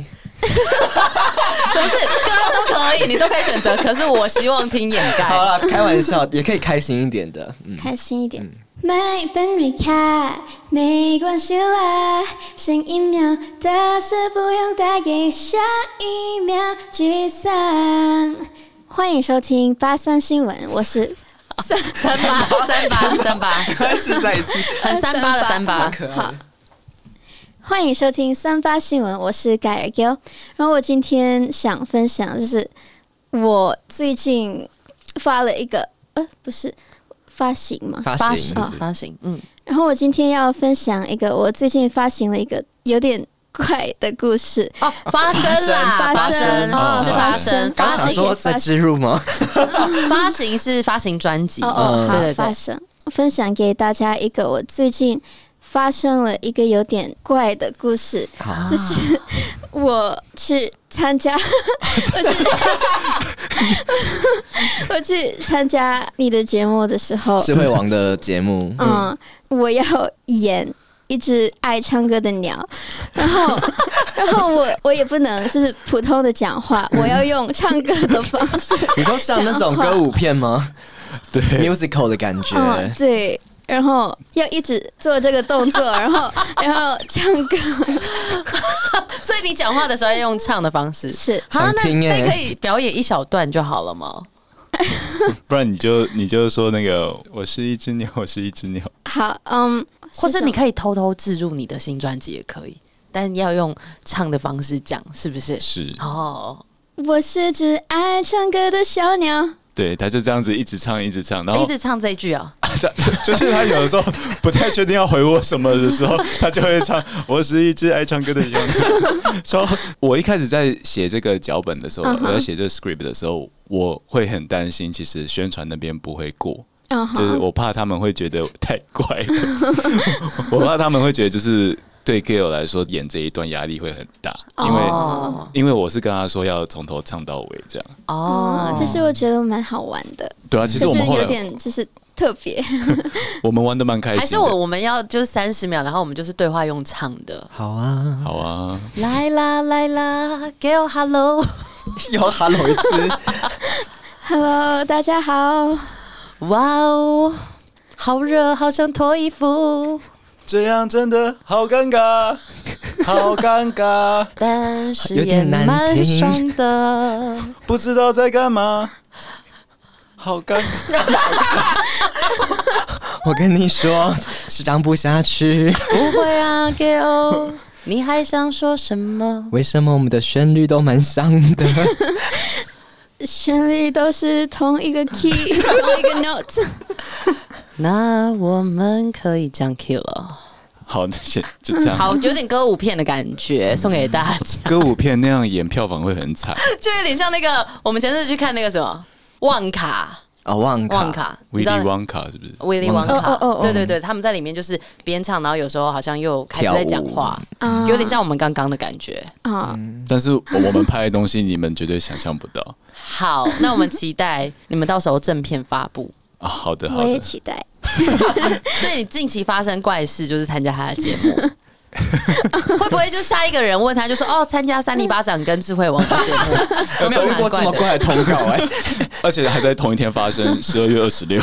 Speaker 1: 是不是歌都可以，你都可以选择。可是我希望听掩盖。
Speaker 3: 好了，开玩笑，也可以开心一点的。嗯，
Speaker 4: 开心一点。
Speaker 5: 麦分瑞卡，没关系啦，剩一秒，但是不用带给下一秒聚散。
Speaker 4: 欢迎收听八三 新闻，我是
Speaker 1: 三八三八三八，
Speaker 3: 再试再一次，
Speaker 1: 很呃三八的三八。
Speaker 4: 好。欢迎收听三八新闻，我是盖尔 g i l 然后我今天想分享就是我最近发了一个呃，不是发行吗？
Speaker 3: 发
Speaker 1: 发
Speaker 3: 行
Speaker 1: 行发行，嗯，
Speaker 4: 然后我今天要分享一个我最近发行了一个有点怪的故事，
Speaker 1: 哦，发生啦，
Speaker 4: 发生
Speaker 1: 是发
Speaker 4: 发
Speaker 1: 生，
Speaker 4: 生
Speaker 1: 发
Speaker 3: 刚想
Speaker 1: 行
Speaker 3: 说在植入吗？
Speaker 1: 发行是发行专辑
Speaker 4: 哦，哦，
Speaker 1: 嗯对
Speaker 4: 好，
Speaker 1: 对
Speaker 4: 发
Speaker 1: 对，
Speaker 4: 生分享给大家一个我最近发生了一个有点怪的故事，
Speaker 3: 好，
Speaker 4: 就是我去参加， 我去 我去参加你的节目的时候，
Speaker 3: 智慧王的节目，嗯，
Speaker 4: 嗯，我要演一只爱唱歌的鸟，然后， 然后我我也不能就是普通的讲话，我要用唱歌的方式，
Speaker 3: 你说像那种歌舞片吗
Speaker 2: 对，
Speaker 3: ？musical 的感觉，
Speaker 4: 嗯，对。然后要一直做这个 动作，然后然后唱歌
Speaker 1: 所以你讲话的时候要用唱的方式。
Speaker 4: 是
Speaker 1: 好，
Speaker 3: 想
Speaker 1: 那
Speaker 3: 听欸
Speaker 1: 那可以表演一小段就好了吗？
Speaker 2: 不然你就你就说那个我是一只鸟，我是一只鸟，
Speaker 4: 好，嗯，
Speaker 1: 或
Speaker 4: 是
Speaker 1: 是你
Speaker 4: 什么
Speaker 1: 可以偷偷置入你的新专辑也可以，但要用唱的方式讲，是不是？
Speaker 2: 是
Speaker 1: 哦，
Speaker 4: 我是只爱唱歌的小鸟，
Speaker 2: 对，他就这样子一直唱一直唱，然
Speaker 1: 一
Speaker 2: 后
Speaker 1: 直唱这一句啊，
Speaker 2: 就是他有的时候不太确定要回我什么的时候，他就会唱“我是一只爱唱歌的羊”。 说，我一开始在写这个脚本的时候，
Speaker 4: 嗯哼
Speaker 2: 我在写这个 script 的时候，我会很担心，其实宣传那边不会过，
Speaker 4: 嗯
Speaker 2: 就是
Speaker 4: 哼，
Speaker 2: 我怕他们会觉得太怪 了，我怕他们会觉得就是。对 Gail 来说，演这一段压力会很大，因为、
Speaker 1: 哦
Speaker 2: 因为我是跟他说要从头唱到尾这样。
Speaker 1: 哦
Speaker 4: 哦，，这是我觉得蛮好玩的，
Speaker 2: 对嗯啊，其实
Speaker 4: 就
Speaker 2: 我
Speaker 4: 是
Speaker 2: 们后
Speaker 4: 有
Speaker 2: 来
Speaker 4: 点就是特别，
Speaker 2: 我们玩的蛮开心的。
Speaker 1: 还是我我们要就是三十秒，然后我们就是对话用唱的，
Speaker 3: 好啊，
Speaker 2: 好啊，
Speaker 1: 来啦来啦，给我 hello，
Speaker 3: 又 hello 一次，
Speaker 4: Hello，大家好，
Speaker 1: 哇哦，好热，好想脱衣服，
Speaker 2: 这样真的好尴 尬，好尴尬，
Speaker 1: 但是
Speaker 3: 有
Speaker 1: 也
Speaker 3: 点难
Speaker 1: 蛮
Speaker 3: 听
Speaker 1: 爽的。
Speaker 2: 不知道在干嘛，好尴尬。
Speaker 3: 我跟你说，是张不下去，
Speaker 1: 不会啊给 哦，你还想说什么？
Speaker 3: 为什么我们的旋律都蛮像 的？
Speaker 4: 旋律都是同一个 key，同一个 note，
Speaker 1: 那我们可以这样 kill 了。
Speaker 2: 好，那就就这样。
Speaker 1: 嗯好，有点歌舞片的感觉，送给大家。
Speaker 2: 歌舞片那样演票房会很 惨。
Speaker 1: 就有点像那个，我们前阵子去看那个什么《旺卡
Speaker 3: 啊，旺》，
Speaker 1: 旺
Speaker 3: 卡，
Speaker 1: 卡，
Speaker 2: 威
Speaker 1: 你
Speaker 2: 利
Speaker 1: 知道？
Speaker 2: 旺卡是不是？
Speaker 1: 威利旺
Speaker 4: 哦
Speaker 1: 卡
Speaker 4: 哦哦哦，
Speaker 1: 对对对，他们在里面就是边唱，然后有时候好像又开始在讲话，
Speaker 4: 啊
Speaker 1: 有点像我们刚刚的感觉。
Speaker 4: 啊，
Speaker 2: 但是我们拍的东西你们绝对想象不到
Speaker 1: 好，那我们期待你们到时候正片发布。
Speaker 2: 啊！好的，好
Speaker 4: 我也
Speaker 2: 的，
Speaker 4: 期待，
Speaker 1: 所以你近期发生怪事就是参加他的节目，会不会就下一个人问他就说哦参加三里巴掌跟智慧王的节目，都
Speaker 3: 没
Speaker 1: 是
Speaker 3: 有遇
Speaker 1: 蛮
Speaker 3: 过这
Speaker 1: 怪
Speaker 3: 么
Speaker 1: 的。
Speaker 3: 怪的投稿哎，
Speaker 2: 而且还在同一天发生， 十二月二十六，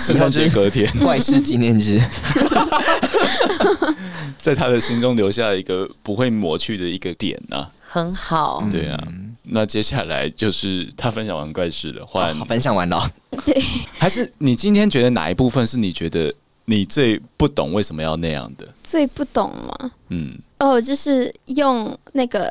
Speaker 2: 圣诞节隔天，
Speaker 3: 怪事纪念日，
Speaker 2: 在他的心中留下一个不会抹去的一个点啊。
Speaker 1: 很好，
Speaker 3: 嗯
Speaker 2: 对啊，那接下来就是他分享完怪事了，换
Speaker 3: 好，分享完了，
Speaker 4: 对，
Speaker 2: 还是你今天觉得哪一部分是你觉得你最不懂为什么要那样的？
Speaker 4: 最不懂嘛，
Speaker 2: 嗯，
Speaker 4: 哦，就是用那个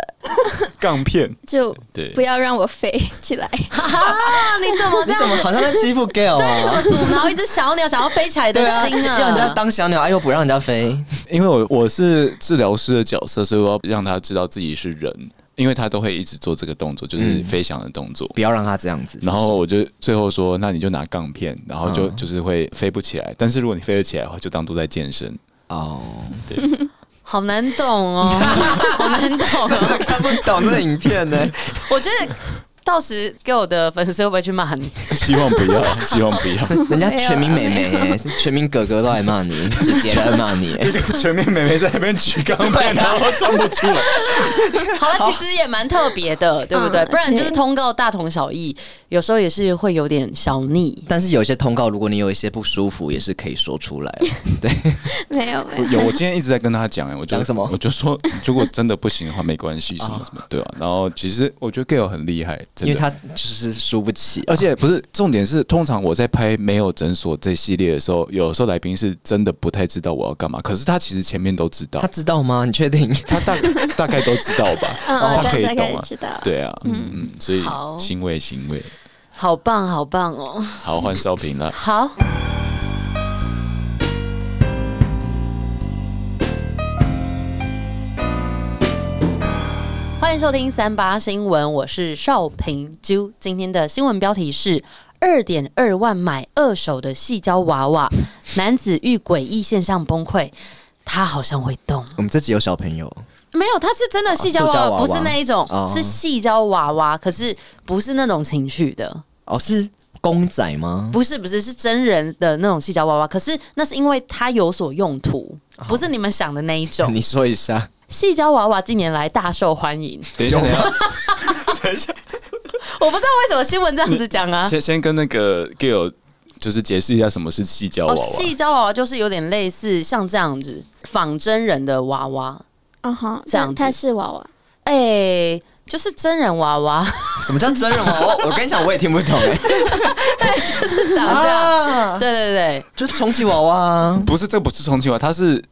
Speaker 2: 杠片，
Speaker 4: 就
Speaker 2: 对
Speaker 4: 不，要让我飞起 来，
Speaker 1: 啊，你怎么这
Speaker 3: 你怎
Speaker 1: 样？
Speaker 3: 么好像在欺负 Gail
Speaker 1: 你怎么
Speaker 3: 啊？
Speaker 1: 阻挠一只小鸟想要飞起来的
Speaker 3: 对啊，
Speaker 1: 心
Speaker 3: 要人家
Speaker 1: 啊？
Speaker 3: 当小鸟，哎又不让人家飞，
Speaker 2: 因为我我是治疗师的角色，所以我要让他知道自己是人，因为他都会一直做这个动作，就是
Speaker 3: 嗯
Speaker 2: 飞翔的动作。
Speaker 3: 不要让他这样子。
Speaker 2: 然后我就最后说，那你就拿杠片，然后就、
Speaker 3: 嗯
Speaker 2: 就是会飞不起来。但是如果你飞得起来的话，就当做在健身。
Speaker 3: 哦，
Speaker 1: 好难 懂哦，好难懂哦。
Speaker 3: 真的看不懂这个影片哎呢。
Speaker 1: 我觉得到时给我的粉丝会不会去骂你？
Speaker 2: 希望不要，希望不 要。
Speaker 3: 人家全民妹 妹耶、全民哥哥都来骂你，姐姐都来骂 你、
Speaker 2: 全面美眉在那边举杠片，然后冲啊不出来。
Speaker 1: 好了，其实也蛮特别的，对不对？
Speaker 4: 嗯
Speaker 1: 不然就是
Speaker 4: 对
Speaker 1: 通告大同小异，有时候也是会有点小腻。
Speaker 3: 但是有些通告，如果你有一些不舒服，也是可以说出 来。啊
Speaker 4: 没有没有。
Speaker 2: 有，我今天一直在跟他讲，哎，我就
Speaker 3: 讲什么
Speaker 2: 我就说，如果真的不行的话，没关系，什么什么，对啊。然后其实我觉得 Gail 很厉害，
Speaker 3: 因
Speaker 2: 真
Speaker 3: 为
Speaker 2: 的。
Speaker 3: 他就是输不起、啊
Speaker 2: 而且不是重点是，通常我在拍没有诊所这系列的时候，有时候来宾是真的不太知道我要干嘛，可是他其实前面都知道
Speaker 1: 呃
Speaker 3: 他，知道吗？你确定？
Speaker 2: 他大大概都知道吧，
Speaker 4: 嗯，
Speaker 2: 他可以
Speaker 4: 大
Speaker 2: 懂
Speaker 4: 概
Speaker 2: 啊，
Speaker 4: 知道。
Speaker 2: 对啊，嗯嗯，所以
Speaker 1: 好
Speaker 2: 欣慰欣慰。
Speaker 1: 好棒，好棒哦！
Speaker 2: 好，换少平 了。
Speaker 1: 好，欢迎收听三八新闻，我是邵平啾。今天的新闻标题是：二点二万买二手的细胶娃娃，男子遇诡异现象崩溃，他好像会动。
Speaker 3: 我们这集有小朋友，
Speaker 1: 没有，它是真的细胶娃
Speaker 3: 塑胶
Speaker 1: 娃，
Speaker 3: 娃娃
Speaker 1: 不是那一种，
Speaker 3: 哦
Speaker 1: 是细胶娃娃，可是不是那种情趣的，
Speaker 3: 哦，是公仔吗？
Speaker 1: 不是不是是真人的那种细胶娃娃，可是那是因为它有所用途，不是你们想的那一 种。
Speaker 3: 你说一下，
Speaker 1: 细胶娃娃近年来大受欢迎，
Speaker 2: 等一下，等一下，
Speaker 1: 我不知道为什么新闻这样子讲啊。
Speaker 2: 先先跟那个 Gail 就是解释一下什么是细胶娃
Speaker 1: 哦，
Speaker 2: 娃。
Speaker 1: 细胶娃娃就是有点类似像这样子仿真人的娃娃，
Speaker 4: 嗯哼，
Speaker 1: 这样子
Speaker 4: 但它是娃娃，
Speaker 1: 哎、就是真人娃娃，
Speaker 3: 什么叫真人娃 娃？我跟你讲，我也听不懂哎、
Speaker 1: 是长这样。
Speaker 3: 啊，
Speaker 1: 对对对，
Speaker 3: 就是充气娃娃啊，
Speaker 2: 不是，这不是重庆话，它是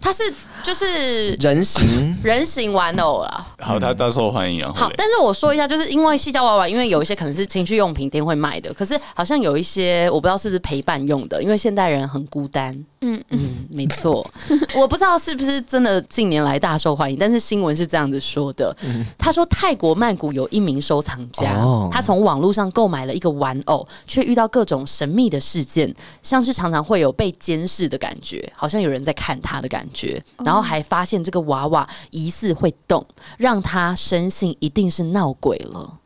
Speaker 1: 它是就是
Speaker 3: 人形。
Speaker 1: 人形玩偶啦。
Speaker 2: 好，它大受欢迎，然后
Speaker 1: 好
Speaker 2: 嘞，
Speaker 1: 但是我说一下，就是因为细胶娃娃，因为有一些可能是情趣用品店会卖的，可是好像有一些我不知道是不是陪伴用的，因为现代人很孤单。
Speaker 4: 嗯
Speaker 1: 嗯，没错，我不知道是不是真的近年来大受欢迎，但是新闻是这样子说的。他说泰国曼谷有一名收藏家，
Speaker 3: 哦
Speaker 1: 他从网络上购买了一个玩偶，却遇到各种神秘的事件，像是常常会有被监视的感觉，好像有人在看他的感觉，然后还发现这个娃娃疑似会动，让他深信一定是闹鬼了。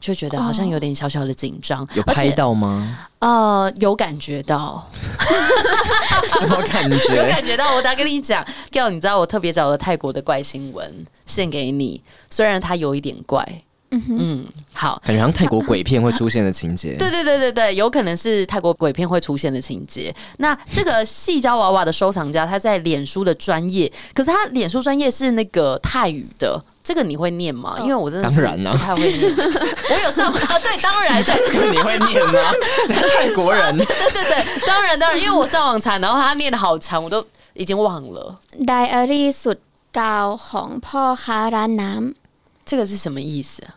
Speaker 1: 就觉得好像有点小小的紧张，
Speaker 3: 有
Speaker 1: 而且
Speaker 3: 拍到吗？
Speaker 1: 呃，有感觉到，
Speaker 3: 什么 感
Speaker 1: 有
Speaker 3: 觉？
Speaker 1: 感觉到我打跟你讲 g a 你知道我特别找了泰国的怪新闻献给你，虽然它有一点怪，嗯好。
Speaker 3: 感觉像泰国鬼片会出现的情节。
Speaker 1: 对对对对对，有可能是泰国鬼片会出现的情节。那这个细胶娃娃的收藏家，他在脸书的专业，可是他脸书专业是那个泰语的，这个你会念吗？因为我真的是
Speaker 3: 当然啦啊
Speaker 1: 不太会 念。我有上啊，对，当然对，
Speaker 3: 这 个你会念吗？泰国人
Speaker 1: 对对对，当然当然，因为我上网查，然后他念的好长，我都已经忘了
Speaker 4: Diary สุดเก่าของพ่อค้าร้านน้
Speaker 1: 这个是什么意思啊、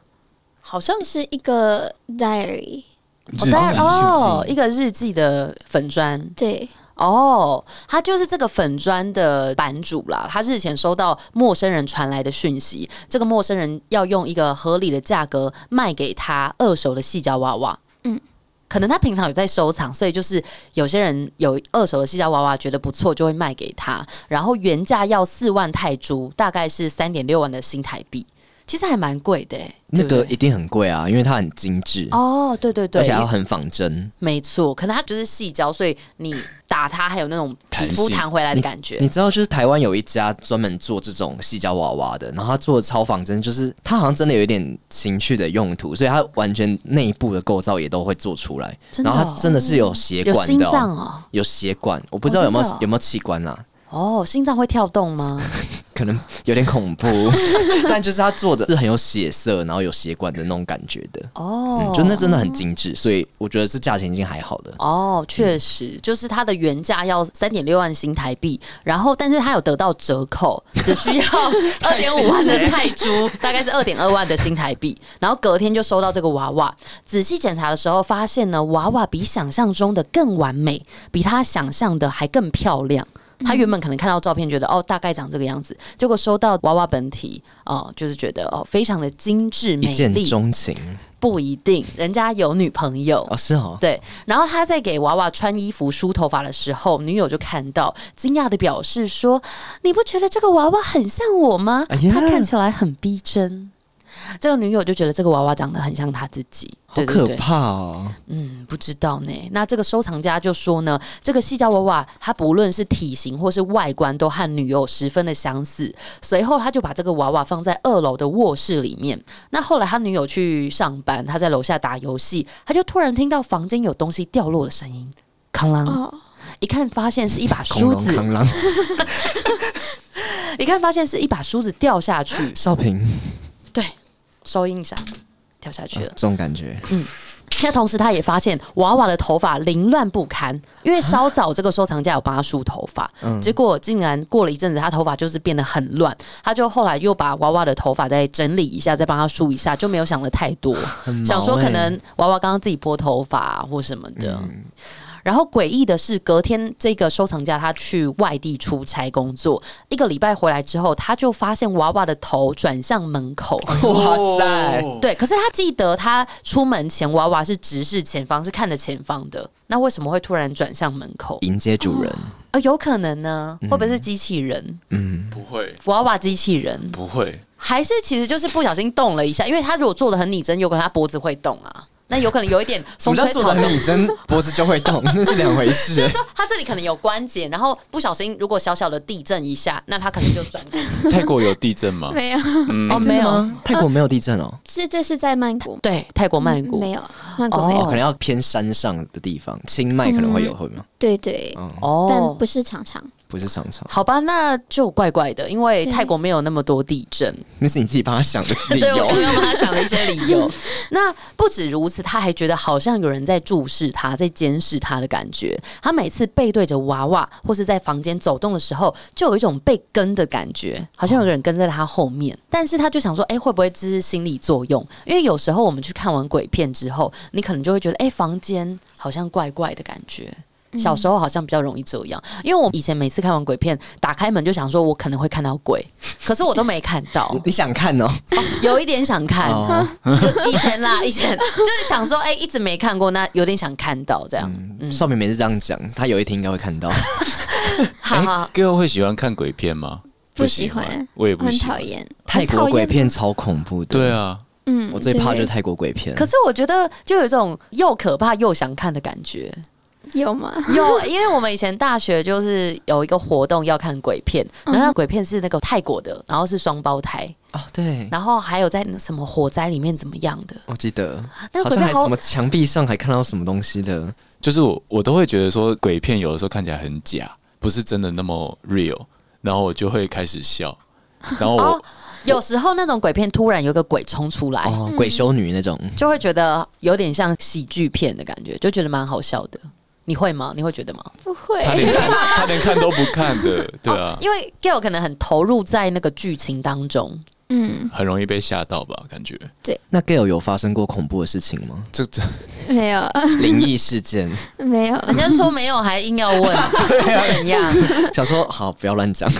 Speaker 1: 好像
Speaker 4: ำ是一个 diary，
Speaker 2: 日记
Speaker 1: 但哦，一个日记的粉砖
Speaker 4: 对，
Speaker 1: 哦，他就是这个粉砖的版主啦。他日前收到陌生人传来的讯息，这个陌生人要用一个合理的价格卖给他二手的细胶娃娃。嗯
Speaker 4: 嗯，
Speaker 1: 可能他平常有在收藏，所以就是有些人有二手的细胶娃娃觉得不错，就会卖给他。然后原价要四万泰铢，大概是三点六万的新台币，其实还蛮贵的、欸。
Speaker 3: 那
Speaker 1: 对
Speaker 3: 个
Speaker 1: 不对
Speaker 3: 一定很贵啊，因为它很精致，
Speaker 1: 哦，对对对，
Speaker 3: 而且还要很仿真。
Speaker 1: 没错，可能它就是细胶，所以你打它还有那种皮
Speaker 2: 弹
Speaker 1: 肤
Speaker 2: 性
Speaker 1: 弹回来的感觉
Speaker 3: 你。知道，就是台湾有一家专门做这种细胶娃娃的，然后他做的超仿真，就是他好像真的有一点情趣的用途，所以他完全内部的构造也都会做出来。
Speaker 1: 真的
Speaker 3: 然
Speaker 1: 哦
Speaker 3: 后他真的是有血
Speaker 1: 有
Speaker 3: 管
Speaker 1: 心
Speaker 3: 的、
Speaker 1: 脏哦，
Speaker 3: 有血管，我不知道有没有、
Speaker 1: 哦真的哦
Speaker 3: 有没有器官啊？
Speaker 1: 哦，心脏会跳动吗？
Speaker 3: 可能有点恐 怖，但就是他做的是很有血色，然后有血管的那种感觉的，
Speaker 1: 哦
Speaker 3: 嗯，就那真的很精致，所以我觉得这价钱已经还好了。
Speaker 1: 哦，确
Speaker 3: 嗯
Speaker 1: 实，就是它的原价要三点六万新台币，然后但是它有得到折扣，只 需要二 点五万的泰铢，大概是二点二万的新台币。然后隔天就收到这个娃娃，仔细检查的时候发现呢，娃娃比想象中的更完美，比他想象的还更漂亮。
Speaker 3: 嗯
Speaker 1: 他原本可能看到照片，觉得哦大概长这个样子，结果收到娃娃本体，哦、就是觉得哦非常的精致美
Speaker 3: 一见
Speaker 1: 丽，
Speaker 3: 钟情
Speaker 1: 不一定人家有女朋友
Speaker 3: 哦，是哦，
Speaker 1: 对，然后他在给娃娃穿衣服、梳头发的时候，女友就看到，惊讶的表示说：“你不觉得这个娃娃很像我吗？
Speaker 3: 哎呀
Speaker 1: 她看起来很逼真。”这个女友就觉得这个娃娃长得很像她自己，
Speaker 3: 好
Speaker 1: 对
Speaker 3: 可
Speaker 1: 对对，
Speaker 3: 怕哦！
Speaker 1: 嗯，不知道呢。那这个收藏家就说呢，这个细胶娃娃它不论是体型或是外观，都和女友十分的相似。随后他就把这个娃娃放在二楼的卧室里面。那后来他女友去上班，他在楼下打游戏，他就突然听到房间有东西掉落的声音，哐啷！
Speaker 4: 哦，
Speaker 1: 一看发现是一把
Speaker 3: 恐
Speaker 1: 梳
Speaker 3: 龙
Speaker 1: 子，
Speaker 3: 扛狼，
Speaker 1: 一看发现是一把梳子掉下去，
Speaker 3: 少平
Speaker 1: 对，收音一下，掉下去
Speaker 3: 哦
Speaker 1: 了
Speaker 3: 这。种感 觉，
Speaker 1: 那同时，他也发现娃娃的头发凌乱不堪，因为稍早这个收藏家有帮他梳头发，结果竟然过了一阵子，他头发就是变得很乱。他就后来又把娃娃的头发再整理一下，再帮他梳一下，就没有想的太多，
Speaker 3: 毛
Speaker 1: 想说
Speaker 3: 欸
Speaker 1: 可能娃娃刚刚自己拨头发、或什么的。然后诡异的是，隔天这个收藏家他去外地出差工作，一个礼拜回来之后，他就发现娃娃的头转向门口。
Speaker 3: 哇塞，
Speaker 4: 哦
Speaker 1: 对，可是他记得他出门前娃娃是直视前方，是看着前方的。那为什么会突然转向门口？
Speaker 3: 迎接主人，
Speaker 1: 呃，有可能呢，
Speaker 4: 嗯
Speaker 1: 会不会是机器人？
Speaker 2: 不会，
Speaker 1: 娃娃机器人，
Speaker 2: 不会，
Speaker 1: 还是其实就是不小心动了一下？因为他如果做的很拟真，有可能他脖子会动啊。那有可能有一点
Speaker 3: 什么
Speaker 1: 风
Speaker 3: 叫
Speaker 1: 吹
Speaker 3: 做
Speaker 1: 草
Speaker 3: 的
Speaker 1: 动。
Speaker 3: 拟真，脖子就会 动，那是两回事
Speaker 1: 就是。说，他这里可能有关节，然后不小心如果小小的地震一下，那他可能就转过去。
Speaker 2: 泰国有地震吗？
Speaker 4: 嗯没有，
Speaker 2: 哎
Speaker 1: 哦，
Speaker 3: 真的，吗？泰国没有地震哦，
Speaker 4: 是这是在曼谷，
Speaker 1: 对，泰国曼谷
Speaker 4: 嗯没有，曼谷没
Speaker 3: 哦，
Speaker 4: 有，
Speaker 3: 可能要偏山上的地方，清迈可能会有，会
Speaker 1: 嗯
Speaker 3: 吗？
Speaker 4: 对对，
Speaker 1: 哦，
Speaker 4: 但不是常常。
Speaker 3: 不是常常，
Speaker 1: 好吧，那就怪怪的，因为
Speaker 4: 对
Speaker 1: 泰国没有那么多地震。
Speaker 3: 那是你自己帮他想的理
Speaker 1: 对，我刚
Speaker 3: 由。
Speaker 1: 刚帮他想了一些 理由。那不止如此，他还觉得好像有人在注视他，在监视他的感觉。他每次背对着娃娃，或是在房间走动的时候，就有一种被跟的感觉，好像有个人跟在他后面。但是他就想说，哎、会不会这是心理作用？因为有时候我们去看完鬼片之后，你可能就会觉得，哎、房间好像怪怪的感觉。
Speaker 3: 嗯
Speaker 1: 小时候好像比较容易这样，因为我以前每次看完鬼片，打开门就想说，我可能会看到鬼，可是我都没看到。
Speaker 3: 你你想看哦？
Speaker 1: 有一点想看，
Speaker 3: 哦
Speaker 1: 就以前啦，以 前就是想说，哎、一直没看过，那有点想看到这样。
Speaker 3: 少平每次这样讲，他有一天应该会看到。
Speaker 1: 哦
Speaker 3: 哎
Speaker 1: 哈哈，
Speaker 3: 嗯
Speaker 2: 各位哎会喜欢看鬼片吗？
Speaker 4: 不喜欢，
Speaker 2: 我也不
Speaker 4: 很
Speaker 2: 喜
Speaker 4: 讨
Speaker 2: 欢。
Speaker 4: 厌。
Speaker 3: 泰国鬼片超恐怖的，
Speaker 2: 对，啊，
Speaker 4: 嗯，
Speaker 3: 我最怕就是
Speaker 4: 对
Speaker 3: 泰国鬼片。
Speaker 1: 可是我觉得就有一种又可怕又想看的感觉。
Speaker 4: 有吗？
Speaker 1: 有，因为我们以前大学就是有一个活动要看鬼片，然后那鬼片是那个泰国的，然后是双胞胎，
Speaker 3: 啊，对，
Speaker 1: 然后还有在那什么火灾里面怎么样的，
Speaker 3: 我记得，
Speaker 1: 那
Speaker 3: 好
Speaker 1: 个
Speaker 3: 像
Speaker 1: 鬼片
Speaker 3: 还
Speaker 1: 好
Speaker 3: 什么墙壁上还看到什么东西的，
Speaker 2: 就是我我都会觉得说鬼片有的时候看起来很假，不是真的那么 real，然后我就会开始笑，然后我、
Speaker 1: 哦，有时候那种鬼片突然有个鬼冲出来，
Speaker 3: 哦，鬼修女那种。
Speaker 1: 就会觉得有点像喜剧片的感觉，就觉得蛮好笑的。你会吗？你会觉得吗？
Speaker 4: 不 会，
Speaker 2: 他连看他连看都不看的，对啊，
Speaker 1: 哦因为 Gail 可能很投入在那个剧情当中，
Speaker 4: 嗯，
Speaker 2: 很容易被吓到吧？感觉？
Speaker 3: 那 Gail 有发生过恐怖的事情吗
Speaker 2: 这这
Speaker 4: 没有，
Speaker 3: 灵异 事件，
Speaker 4: 没有。
Speaker 1: 人家说没有还硬要问是怎样。
Speaker 3: 想说好不要乱讲，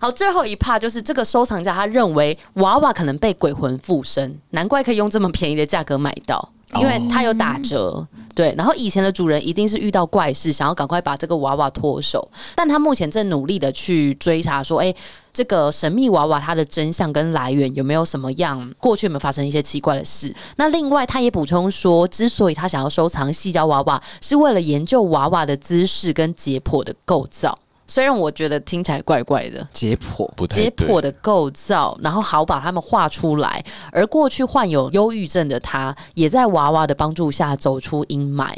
Speaker 1: 好，最后一趴就是这个收藏家他认为娃娃可能被鬼魂附身，难怪可以用这么便宜的价格买到。因为他有打折，对，然后以前的主人一定是遇到怪事，想要赶快把这个娃娃脱手，但他目前正努力的去追查，说，哎、这个神秘娃娃它的真相跟来源有没有什么样？过去有没有发生一些奇怪的事？那另外，他也补充说，之所以他想要收藏细胶娃娃，是为了研究娃娃的姿势跟解剖的构造。虽然我觉得听起来怪怪的，
Speaker 3: 解剖
Speaker 2: 不太
Speaker 1: 解
Speaker 2: 对
Speaker 1: 剖的构造，然后好把它们画出来。而过去患有忧郁症的他，也在娃娃的帮助下走出阴霾。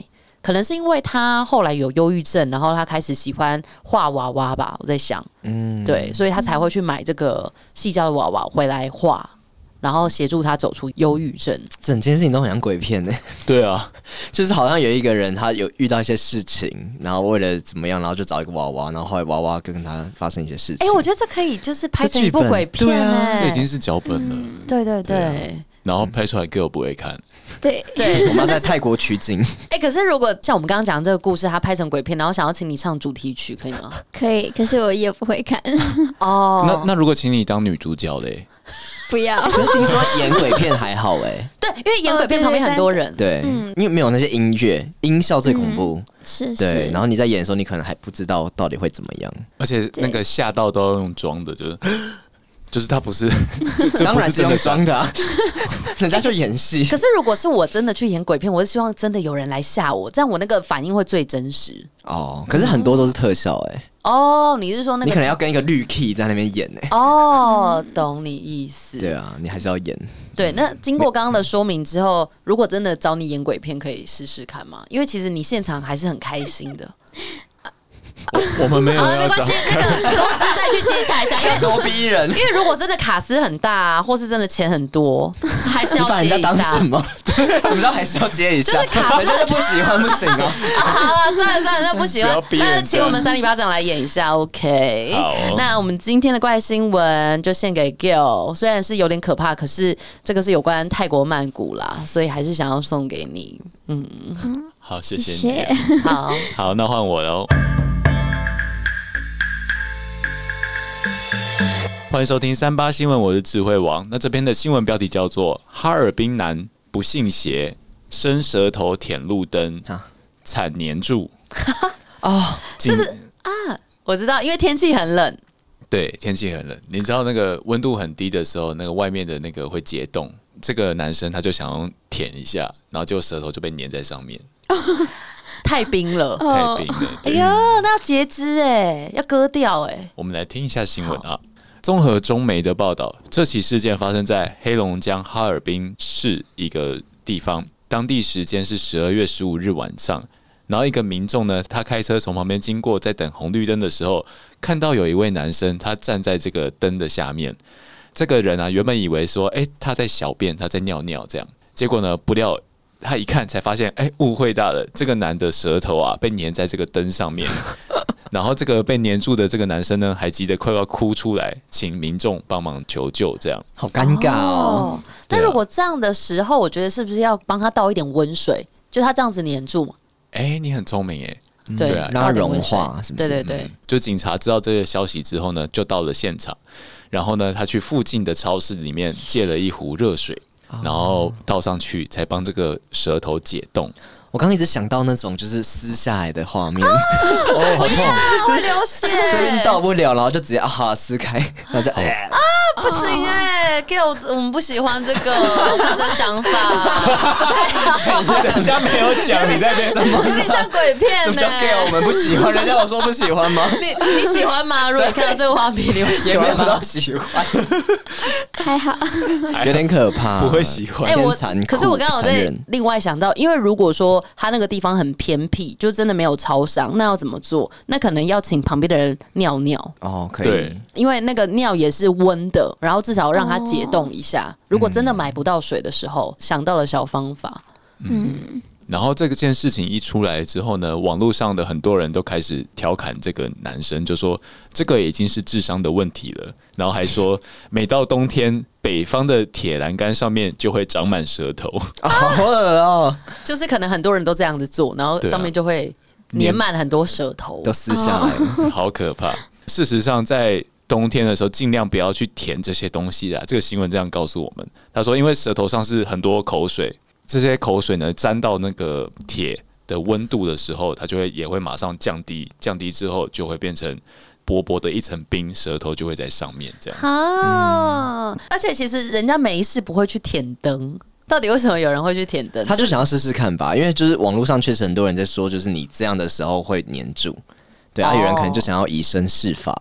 Speaker 1: 可能是因为他后来有忧郁症，然后他开始喜欢画娃娃吧，我在想，
Speaker 3: 嗯，
Speaker 1: 对，所以他才会去买这个细胶的娃娃回来画，然后协助他走出忧郁症。
Speaker 3: 整件事情都很像鬼片呢、
Speaker 2: 对啊，
Speaker 3: 就是好像有一个人他有遇到一些事情，然后为了怎么样，然后就找一个娃娃，然后后来娃娃跟他发生一些事情。
Speaker 6: 哎、我觉得这可以就是拍成一部
Speaker 3: 这剧本
Speaker 6: 鬼片
Speaker 3: 对啊
Speaker 6: 哎、
Speaker 2: 这已经是啊脚本了，
Speaker 1: 嗯
Speaker 6: 对对对，
Speaker 1: 对
Speaker 2: 然后拍出来 girl 不会看，
Speaker 4: 对，
Speaker 1: 对，
Speaker 3: 我们要在泰国取景，
Speaker 1: 哎、可是如果像我们刚刚讲这个故事，他拍成鬼片，然后想要请你唱主题曲，可以吗？
Speaker 4: 可以，可是我也不会看，
Speaker 1: 哦，
Speaker 2: 那那如果请你当女主角嘞，
Speaker 4: 不要。
Speaker 3: 可是听说演鬼片还好哎、
Speaker 1: 对，因为演鬼片旁边很多人，
Speaker 3: 哦对，因为没有那些音乐，音效最恐怖。
Speaker 4: 是
Speaker 3: 对
Speaker 4: 嗯是，
Speaker 3: 然，后你在演的时候，你可能还不知道到底会怎么样。
Speaker 2: 而且那个吓到都要用装的， 就是就是他不是，就就
Speaker 3: 当
Speaker 2: 不
Speaker 3: 然是
Speaker 2: 真
Speaker 3: 用
Speaker 2: 的吓
Speaker 3: 装的、啊， 人家就演 戏
Speaker 1: 可是如果是我真的去演鬼片，我是希望真的有人来吓我，这样我那个反应会最真实。
Speaker 3: 哦。可是很多都是特效哎、
Speaker 1: 哦，你是说那
Speaker 3: 你可
Speaker 1: 个？
Speaker 3: 能要跟一个绿 key 在那边演哎、
Speaker 1: 哦，懂你意思。
Speaker 3: 对啊，你还是要演。
Speaker 1: 对那经过刚刚的说明之后，如果真的找你演鬼片，可以试试看吗？因为其实你现场还是很开 心的。
Speaker 2: 我我们没有
Speaker 1: 好了，没
Speaker 2: 要
Speaker 1: 关
Speaker 2: 讲
Speaker 1: 系，，那 个公司再去接洽一下，因为
Speaker 3: 多逼人！
Speaker 1: 因为如果真的卡司很大、啊，或是真的钱很多，还 是
Speaker 3: 你
Speaker 1: 要
Speaker 3: 把人
Speaker 1: 接
Speaker 3: 家
Speaker 1: 一
Speaker 3: 当
Speaker 1: 下
Speaker 3: 什。么？什么叫还是要接一下？
Speaker 1: 就是卡
Speaker 3: 人家就不喜欢不行哦。
Speaker 1: 好了，啊算了算了，那不喜
Speaker 2: 不
Speaker 1: 欢
Speaker 2: 要逼，人
Speaker 1: 但是请我们三里巴掌来演一下，OK？
Speaker 2: 好哦
Speaker 1: 那我们今天的怪新闻就献给 Gil，虽然是有点可怕，可是这个是有关泰国曼谷啦，所以还是想要送给你。
Speaker 2: 好，谢谢
Speaker 4: 谢
Speaker 2: 你
Speaker 4: 谢
Speaker 2: 啊。
Speaker 1: 好，
Speaker 2: 好，那换我喽。欢迎收听三八新闻，我是智慧王。那这篇的新闻标题叫做《哈尔滨男不信邪，伸舌头舔路灯
Speaker 3: 啊，
Speaker 2: 惨黏 住》
Speaker 3: 哦，
Speaker 2: 是不是？
Speaker 1: 我知道，因为天气很冷，
Speaker 2: 对，天气很冷，你知道那个温度很低的时候，那个外面的那个会结冻。这个男生他就想用舔一下，然后结果舌头就被粘在上面，
Speaker 1: 太冰了。
Speaker 2: 太冰了。
Speaker 1: 哎
Speaker 2: 对。
Speaker 1: 呦，那要截肢哎、要割掉哎、
Speaker 2: 我们来听一下新闻啊。综合中媒的报道，这起事件发生在黑龙江哈尔滨市一个地方，当地时间是十二月十五日晚上。然后一个民众呢，他开车从旁边经过，在等红绿灯的时候，看到有一位男生，他站在这个灯的下面。这个人啊，原本以为说，诶，他在小便，他在尿尿这样。结果呢，不料他一看才发现，诶，误会大了，这个男的舌头啊被粘在这个灯上面。然后这个被粘住的这个男生呢，还急得快要哭出来，请民众帮忙求救。这样，
Speaker 3: 好尴尬哦。
Speaker 1: 哦，那如果这样的时候，我觉得是不是要帮他倒一点温水？就他这样子黏住嘛，
Speaker 2: 哎，你很聪明哎。
Speaker 1: 对
Speaker 2: 对啊，
Speaker 3: 嗯让它
Speaker 1: 倒点温
Speaker 3: 融
Speaker 1: 水
Speaker 3: 化是不是嗯
Speaker 1: 对对对，
Speaker 2: 就警察知道这个消息之后呢，就到了现场，然后呢，他去附近的超市里面借了一壶热水，然后倒上去，才帮这个舌头解冻。
Speaker 3: 我刚刚一直想到那种就是撕下来的画面， 哦，好痛！
Speaker 1: 会流血，
Speaker 3: 这边到不了，然后就直接啊好撕开，然后就哎，
Speaker 1: 不行哎、给我我们不喜欢这 个他的想法，
Speaker 2: 人家没有讲，你在那边
Speaker 1: 有点像鬼
Speaker 3: 什
Speaker 1: 片欸
Speaker 3: 么
Speaker 1: 呢、
Speaker 3: 叫 gay？我们不喜欢，人家有说不喜 欢吗？
Speaker 1: 你喜欢 吗？如果你看到这个画面，你会喜
Speaker 3: 也没有
Speaker 1: 欢吗
Speaker 3: 到？喜欢，
Speaker 4: 还好，
Speaker 3: 有点可怕，
Speaker 2: 不会喜欢
Speaker 1: 哎、我
Speaker 3: 偏残酷
Speaker 1: 可是我刚刚有
Speaker 3: 残
Speaker 1: 在
Speaker 3: 忍
Speaker 1: 另外想到，因为如果说他那个地方很偏僻，就真的没有超商，那要怎么做？那可能要请旁边的人尿尿，
Speaker 3: 哦，可以
Speaker 2: 对，
Speaker 1: 因为那个尿也是温的，然后至少让它解冻一下。如果真的买不到水的时候，想到了小方法，
Speaker 2: 然后这个件事情一出来之后呢，网络上的很多人都开始调侃这个男生，就说这个已经是智商的问题了。然后还说，每到冬天，北方的铁栏杆上面就会长满舌头，
Speaker 3: 啊好恶哦，
Speaker 1: 就是可能很多人都这样子做，然后
Speaker 2: 对啊
Speaker 1: 上面就会粘满很多舌头
Speaker 3: 都。撕下来 了，
Speaker 2: 好可怕。事实上，在冬天的时候，尽量不要去舔这些东西啦。这个新闻这样告诉我们，他说，因为舌头上是很多口水，这些口水呢沾到那个铁的温度的时候，它就会也会马上降低，降低之后就会变成薄薄的一层冰，舌头就会在上面 这样。
Speaker 1: 啊！
Speaker 3: 嗯
Speaker 1: 而且其实人家没事不会去舔灯，到底为什么有人会去舔灯？
Speaker 3: 他就想要试试看吧，因为就是网络上确实很多人在说，就是你这样的时候会黏住，对啊，
Speaker 1: 哦
Speaker 3: 有人可能就想要以身试法，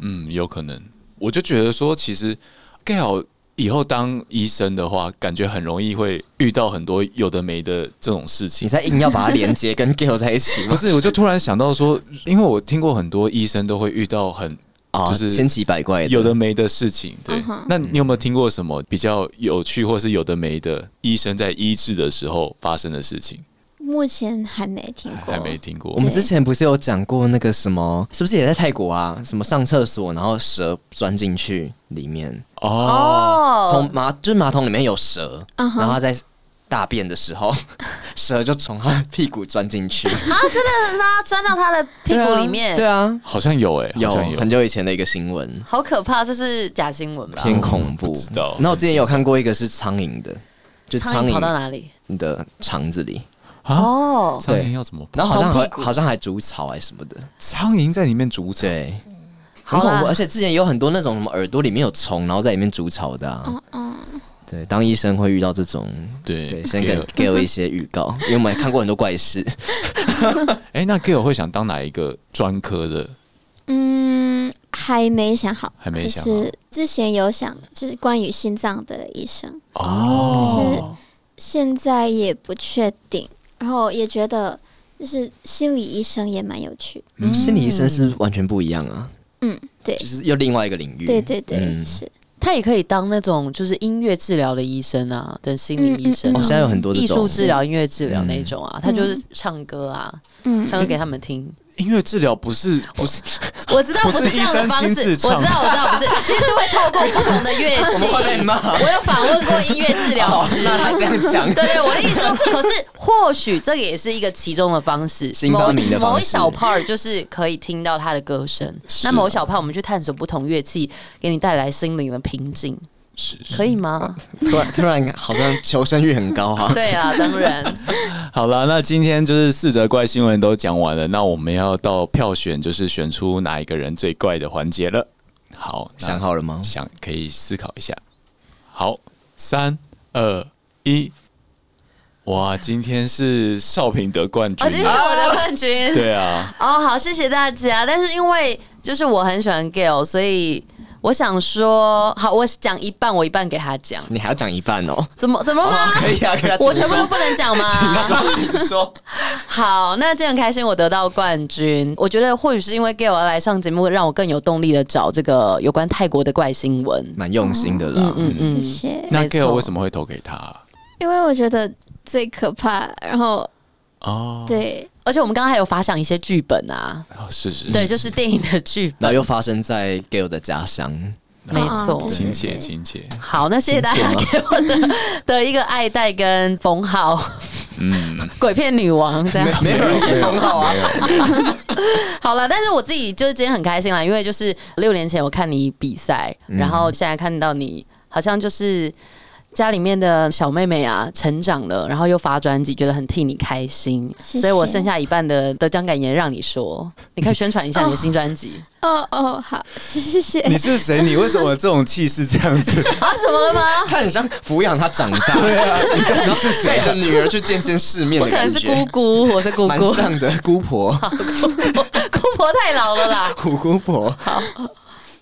Speaker 2: 嗯，有可能。我就觉得说，其实 gay 好以后当医生的话，感觉很容易会遇到很多有的没的这种事情
Speaker 3: 你。在硬要把它连接跟 g i l 在一起
Speaker 2: 不
Speaker 3: 吗？
Speaker 2: 是，我就突然想到说，因为我听过很多医生都会遇到很
Speaker 3: 啊，
Speaker 2: 就是
Speaker 3: 千奇百怪的，
Speaker 2: 有的没的事情。对
Speaker 4: 嗯哼，
Speaker 2: 那你有没有听过什么比较有趣或是有的没的医生在医治的时候发生的事情？
Speaker 4: 目前还没听过，
Speaker 2: 还没听过
Speaker 3: 我。们之前不是有讲过那个什么，是不是也在泰国啊？什么上厕所然后蛇钻进去里面，
Speaker 2: 哦，
Speaker 3: 从马就是马桶里面有蛇，
Speaker 4: 嗯哼
Speaker 3: 然后他在大便的时候， 蛇就从他屁股钻进去，
Speaker 1: 那钻到啊他的 屁股里面，
Speaker 3: 对啊，
Speaker 2: 好像有诶，
Speaker 3: 有
Speaker 2: 好像有啊
Speaker 3: 很久以前的一个新闻，
Speaker 1: 好可怕，这是假新闻啊吧？
Speaker 3: 偏恐怖。
Speaker 2: 哦不知道
Speaker 3: 那我之前有看过一个是苍蝇的，就
Speaker 1: 苍
Speaker 3: 苍
Speaker 1: 蝇跑到
Speaker 3: 蝇
Speaker 1: 哪里？
Speaker 3: 的肠子里，
Speaker 2: 啊。
Speaker 1: 哦，
Speaker 2: 苍
Speaker 3: 对
Speaker 2: 蝇要怎么跑？
Speaker 3: 然后好像
Speaker 1: 从屁
Speaker 3: 还
Speaker 1: 股
Speaker 3: 好像还煮草还是什么的，
Speaker 2: 苍蝇在里面筑巢，
Speaker 3: 对。很
Speaker 1: 好
Speaker 3: 恐怖，
Speaker 1: 啦
Speaker 3: 而且之前有很多那种什么耳朵里面有虫，然后在里面筑巢的、啊。
Speaker 1: 哦
Speaker 4: 嗯，
Speaker 3: 对，当医生会遇到这种，
Speaker 2: 对
Speaker 3: 对，先
Speaker 2: Gail
Speaker 3: 给给我一些预 告，因为我们也看过很多怪事。
Speaker 2: 哎、那 Gail 会想当哪一个专科的？
Speaker 4: 嗯，还没想好，
Speaker 2: 还没想好
Speaker 4: 可是之前有想，就是关于心脏的医生，
Speaker 2: 哦，
Speaker 4: 现在也不确定，然后也觉得就是心理医生也蛮有趣，
Speaker 1: 嗯
Speaker 3: 心理医生是完全不一样啊，
Speaker 4: 嗯，对，
Speaker 3: 就是又另外一个领域。
Speaker 4: 对对对，
Speaker 3: 嗯
Speaker 4: 是，
Speaker 1: 他也可以当那种就是音乐治疗的医生啊，等心理医生
Speaker 4: 嗯
Speaker 3: 哦，
Speaker 1: 啊、
Speaker 3: 现在有很多这
Speaker 1: 艺
Speaker 3: 种
Speaker 1: 术治疗、音乐治疗那种啊，他就是
Speaker 4: 嗯
Speaker 1: 唱歌啊，
Speaker 4: 嗯，
Speaker 1: 唱歌给他们听。
Speaker 2: 音乐治疗不是不
Speaker 4: 哦
Speaker 2: 是，
Speaker 1: 我知道
Speaker 2: 不
Speaker 1: 不
Speaker 2: 是
Speaker 1: 是这样的方
Speaker 2: 医生
Speaker 1: 式，
Speaker 2: 亲
Speaker 1: 我
Speaker 2: 自
Speaker 1: 知道
Speaker 2: 唱
Speaker 1: 我知道不是， 其实是会透过不同的乐 器。
Speaker 3: 我会被骂哦
Speaker 1: 我有访问过音乐治疗师，
Speaker 3: 那他这样讲
Speaker 1: 对对，我的意思说，可是或许这个也是一个其中的方式，
Speaker 3: 新发明的
Speaker 1: 某
Speaker 3: 方式
Speaker 1: 某一小 part 就是可以听到他的歌声，那某一小 part 我们去探索不同乐器给你带来心灵的平静，
Speaker 2: 是
Speaker 1: 可 以吗？
Speaker 3: 突然突然好像求生欲很高啊。
Speaker 1: 对啊，当然。
Speaker 2: 好了，那今天就是四则怪新闻都讲完了，那我们要到票选，就是选出哪一个人最怪的环节了。好，那
Speaker 3: 想好了吗？
Speaker 2: 想可以思考一下。好，三二一，哇，今天是少平得冠军
Speaker 1: 哦，，今天是我的冠军。
Speaker 2: 对啊，
Speaker 1: 哦，好，谢谢大家。但是因为就是我很喜欢 Gail，所以我想说，好，我讲一半，我一半给他讲，
Speaker 3: 你还要讲一半哦。
Speaker 1: 怎么怎么吗？
Speaker 3: 可以啊，可以啊。
Speaker 1: 我全部都不能讲 吗？
Speaker 3: 请说，请说。
Speaker 1: 好，那真的很开心，我得到冠军。我觉得或许是因为 Gail 来上节目，让我更有动力的找这个有关泰国的怪新闻。
Speaker 3: 蛮用心的啦。
Speaker 1: 嗯
Speaker 4: 谢
Speaker 1: 嗯，
Speaker 4: 谢，
Speaker 2: 那
Speaker 1: 没错
Speaker 2: Gail 为什么会投给他啊？
Speaker 4: 因为我觉得最可怕，然后
Speaker 2: 哦，
Speaker 4: 对，
Speaker 1: 而且我们刚刚还有发想一些剧本啊，
Speaker 2: 哦是
Speaker 3: 嗯
Speaker 2: 是，
Speaker 1: 对，就是电影的剧
Speaker 3: 然后
Speaker 1: 本，
Speaker 3: 又发生在 Gail 的家乡，
Speaker 1: 没错
Speaker 4: 哦。对
Speaker 2: 亲切亲切，
Speaker 1: 好，那谢谢大家给我的的一个爱戴跟封号，
Speaker 2: 嗯。
Speaker 1: 鬼片女王这样。
Speaker 3: 没有人给封号啊。
Speaker 1: 好了，但是我自己就是今天很开心啦，因为就是六年前我看你比赛，然后现在看到你好像就是。家里面的小妹妹啊，成长了，然后又发专辑，觉得很替你开心，
Speaker 4: 谢谢
Speaker 1: 所以我剩下一半的得奖感言让你说，你可以宣传一下你的新专 辑、
Speaker 4: 哦哦，好，谢谢，
Speaker 2: 你是谁？你为什么这种气势这样子？
Speaker 1: 啊？怎么了吗？
Speaker 3: 他很像抚养他长大，对啊，然后带着女儿去见见世面
Speaker 1: 我
Speaker 3: 的
Speaker 1: 可能
Speaker 3: 感
Speaker 1: 是
Speaker 3: 觉，
Speaker 1: 姑姑，我是姑
Speaker 3: 蛮
Speaker 1: 姑，
Speaker 3: 像的姑 婆，
Speaker 1: 姑婆太老了啦。
Speaker 3: 虎姑婆。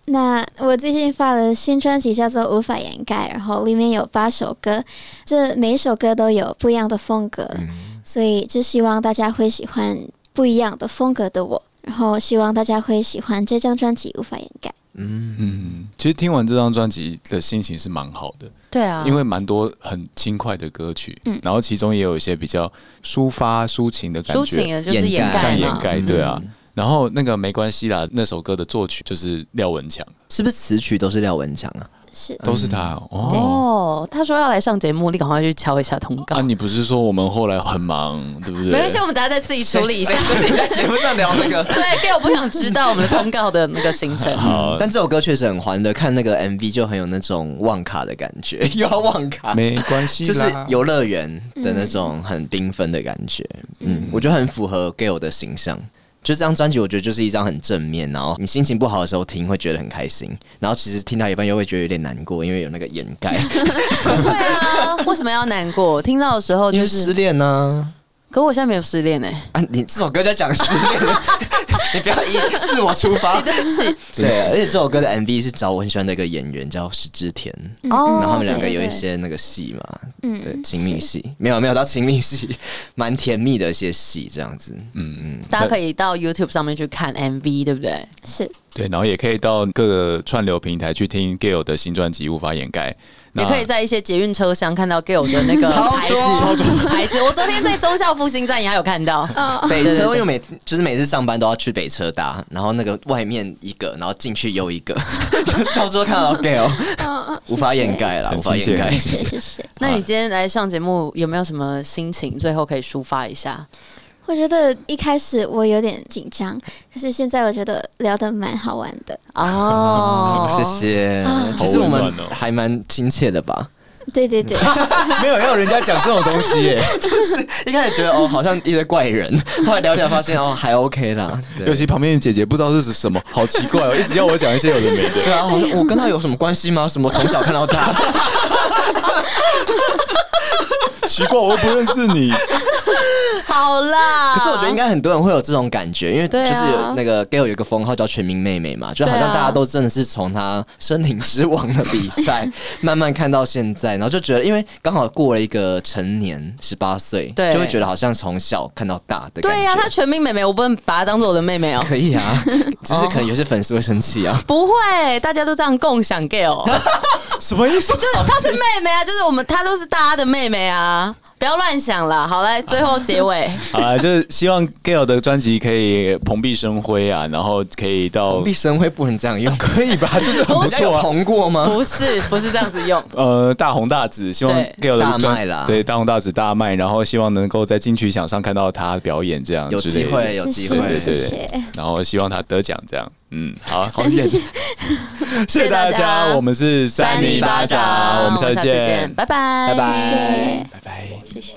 Speaker 4: 那我最近发了新专辑，叫做《无法掩盖》，然后里面有八首歌，这每一首歌都有不一样的风格，
Speaker 3: 嗯
Speaker 4: 所以就希望大家会喜欢不一样的风格的我，然后希望大家会喜欢这张专辑《无法掩盖》。
Speaker 2: 嗯， 其实听完这张专辑的心情是蛮好的，
Speaker 1: 对啊，
Speaker 2: 因为蛮多很轻快的歌曲，
Speaker 4: 嗯
Speaker 2: 然后其中也有一些比较抒发抒情的感
Speaker 1: 抒
Speaker 2: 觉，
Speaker 1: 情的就是掩盖
Speaker 2: 像
Speaker 1: 嘛，
Speaker 2: 掩盖，对啊。然后那个没关系啦，那首歌的作曲就是廖文强，
Speaker 3: 是不是词曲都是廖文强啊？
Speaker 4: 是，
Speaker 2: 都是他哦哦。
Speaker 1: 哦，他说要来上节目，你赶快去敲一下通告。
Speaker 2: 啊，你不是说我们后来很忙，对不对？
Speaker 1: 没关系，我们大家再自己处理一下。
Speaker 3: 你哎在节目上聊这 个。
Speaker 1: 对，因为我不想知道我们的通告的那个 行程。
Speaker 2: 好，
Speaker 3: 哦但这首歌确实很欢乐，看那个 MV 就很有那种旺卡的感觉， 又要旺卡，
Speaker 2: 没关系
Speaker 3: 就是
Speaker 2: 啦。
Speaker 3: 游乐园
Speaker 1: 嗯
Speaker 3: 的那种很缤纷的感觉。嗯，我觉得很符合 Gail 的形象。就这张专辑，我觉得就是一张很正面，然后你心情不好的时候听会觉得很开心，然后其实听到一半又会觉得有点难过，因为有那个掩 盖，
Speaker 1: 对啊，为什么要难过？听到的时候
Speaker 3: 因
Speaker 1: 就
Speaker 3: 为失
Speaker 1: 是，
Speaker 3: 恋呢、啊
Speaker 1: 可我现在没有失恋哎、
Speaker 3: 啊。你这首歌在讲失恋，你不要以自我出发。
Speaker 1: 对不起，
Speaker 3: 对，啊而且这首歌的 MV 是找我很喜欢的一个演员叫石之田，嗯
Speaker 1: 哦
Speaker 3: 然后他们两个
Speaker 4: 对
Speaker 3: 有一
Speaker 4: 对
Speaker 3: 些那个戏嘛，
Speaker 4: 嗯
Speaker 3: 对，亲密戏没有没有到亲密戏，蛮甜蜜的一些戏这样子。
Speaker 2: 嗯
Speaker 3: 嗯
Speaker 1: 大家可以到 YouTube 上面去看 MV，对不对？
Speaker 4: 是
Speaker 2: 对，然后也可以到各个串流平台去听 Gail 的新专辑《无法掩盖》，那
Speaker 1: 也可以在一些捷运车厢看到 Gail 的那 个牌子， 牌子。我昨天在忠孝复兴站也还有 看到，
Speaker 4: 哦
Speaker 3: 北车，因为每就是每次上班都要去北车搭，然后那个外面一个，然后进去又 一个， 就是到时候看到 Gail，无
Speaker 4: 嗯
Speaker 3: 法掩盖了，
Speaker 2: 很
Speaker 3: 无法掩盖
Speaker 2: 亲。
Speaker 4: 是是是，
Speaker 1: 那你今天来上节目有没有什么心情？最后可以抒发一下。
Speaker 4: 我觉得一开始我有点紧张，可是现在我觉得聊得蛮好玩的。
Speaker 1: 哦，
Speaker 3: 谢谢，其实我们
Speaker 2: 哦
Speaker 3: 还蛮亲切的 吧？
Speaker 4: 对对对，
Speaker 2: 没有让人家讲这种东西 耶，
Speaker 3: 一开始觉得哦，好像一堆怪人，后来聊聊发现哦，还 OK 啦。对
Speaker 2: 尤其旁边的姐姐不知道是什么，好奇怪哦，一直要我讲一些有的没 的。
Speaker 3: 对啊，好像我跟他有什么关系吗？什么从小看到大？
Speaker 2: 奇怪，我又不认识你。
Speaker 1: 好啦。
Speaker 3: 可是我觉得应该很多人会有这种感觉，因为就
Speaker 1: 对啊
Speaker 3: 是有那个 Gail 有一个封号叫“全民妹妹”嘛，就好像
Speaker 1: 对啊
Speaker 3: 大家都真的是从她森林之王的比 赛慢慢看到现在，然后就觉得，因为刚好过了一个成年十八岁，
Speaker 1: 对
Speaker 3: 就会觉得好像从小看到大的感觉。
Speaker 1: 对呀、啊她全民妹妹，我不能把她当做我的妹妹哦。
Speaker 3: 可以 啊，只是可能有些粉丝会生气啊。
Speaker 1: 不会，大家都这样共享 gay 哦，
Speaker 2: 什么意思？
Speaker 1: 就是她是妹妹啊，就是我们她都是大家的妹妹啊，不要乱想了。好来，最后结尾，
Speaker 2: 好啦，就是希望 Gail 的专辑可以蓬荜生辉啊，然后可以到
Speaker 1: 哦
Speaker 3: 红碧哦生会不能这样 用，
Speaker 2: 可以 吧，就是很啊
Speaker 3: 人家有。红过吗？
Speaker 1: 啊不是不是这样子用，
Speaker 2: 呃，大红大紫，希望
Speaker 1: 对
Speaker 2: Gail 的
Speaker 3: 大
Speaker 2: 专
Speaker 3: 卖啦
Speaker 2: 对，大红大紫大卖，然后希望能够在金曲奖上看到他表演，这
Speaker 1: 啊
Speaker 2: 样
Speaker 3: 有
Speaker 2: 之类
Speaker 3: 机
Speaker 2: 的
Speaker 3: 会， 有机会。
Speaker 2: 对
Speaker 4: 谢
Speaker 2: 对
Speaker 4: 谢
Speaker 2: 对，然后希望他得奖，这样，嗯，好，好 远，谢谢大家，我们是
Speaker 1: 三
Speaker 2: 零
Speaker 1: 零
Speaker 2: 八
Speaker 1: 八
Speaker 2: 掌
Speaker 1: 掌，，
Speaker 2: 我们下次见，
Speaker 1: 拜拜，
Speaker 3: 拜拜。
Speaker 2: 拜拜。
Speaker 4: 谢谢。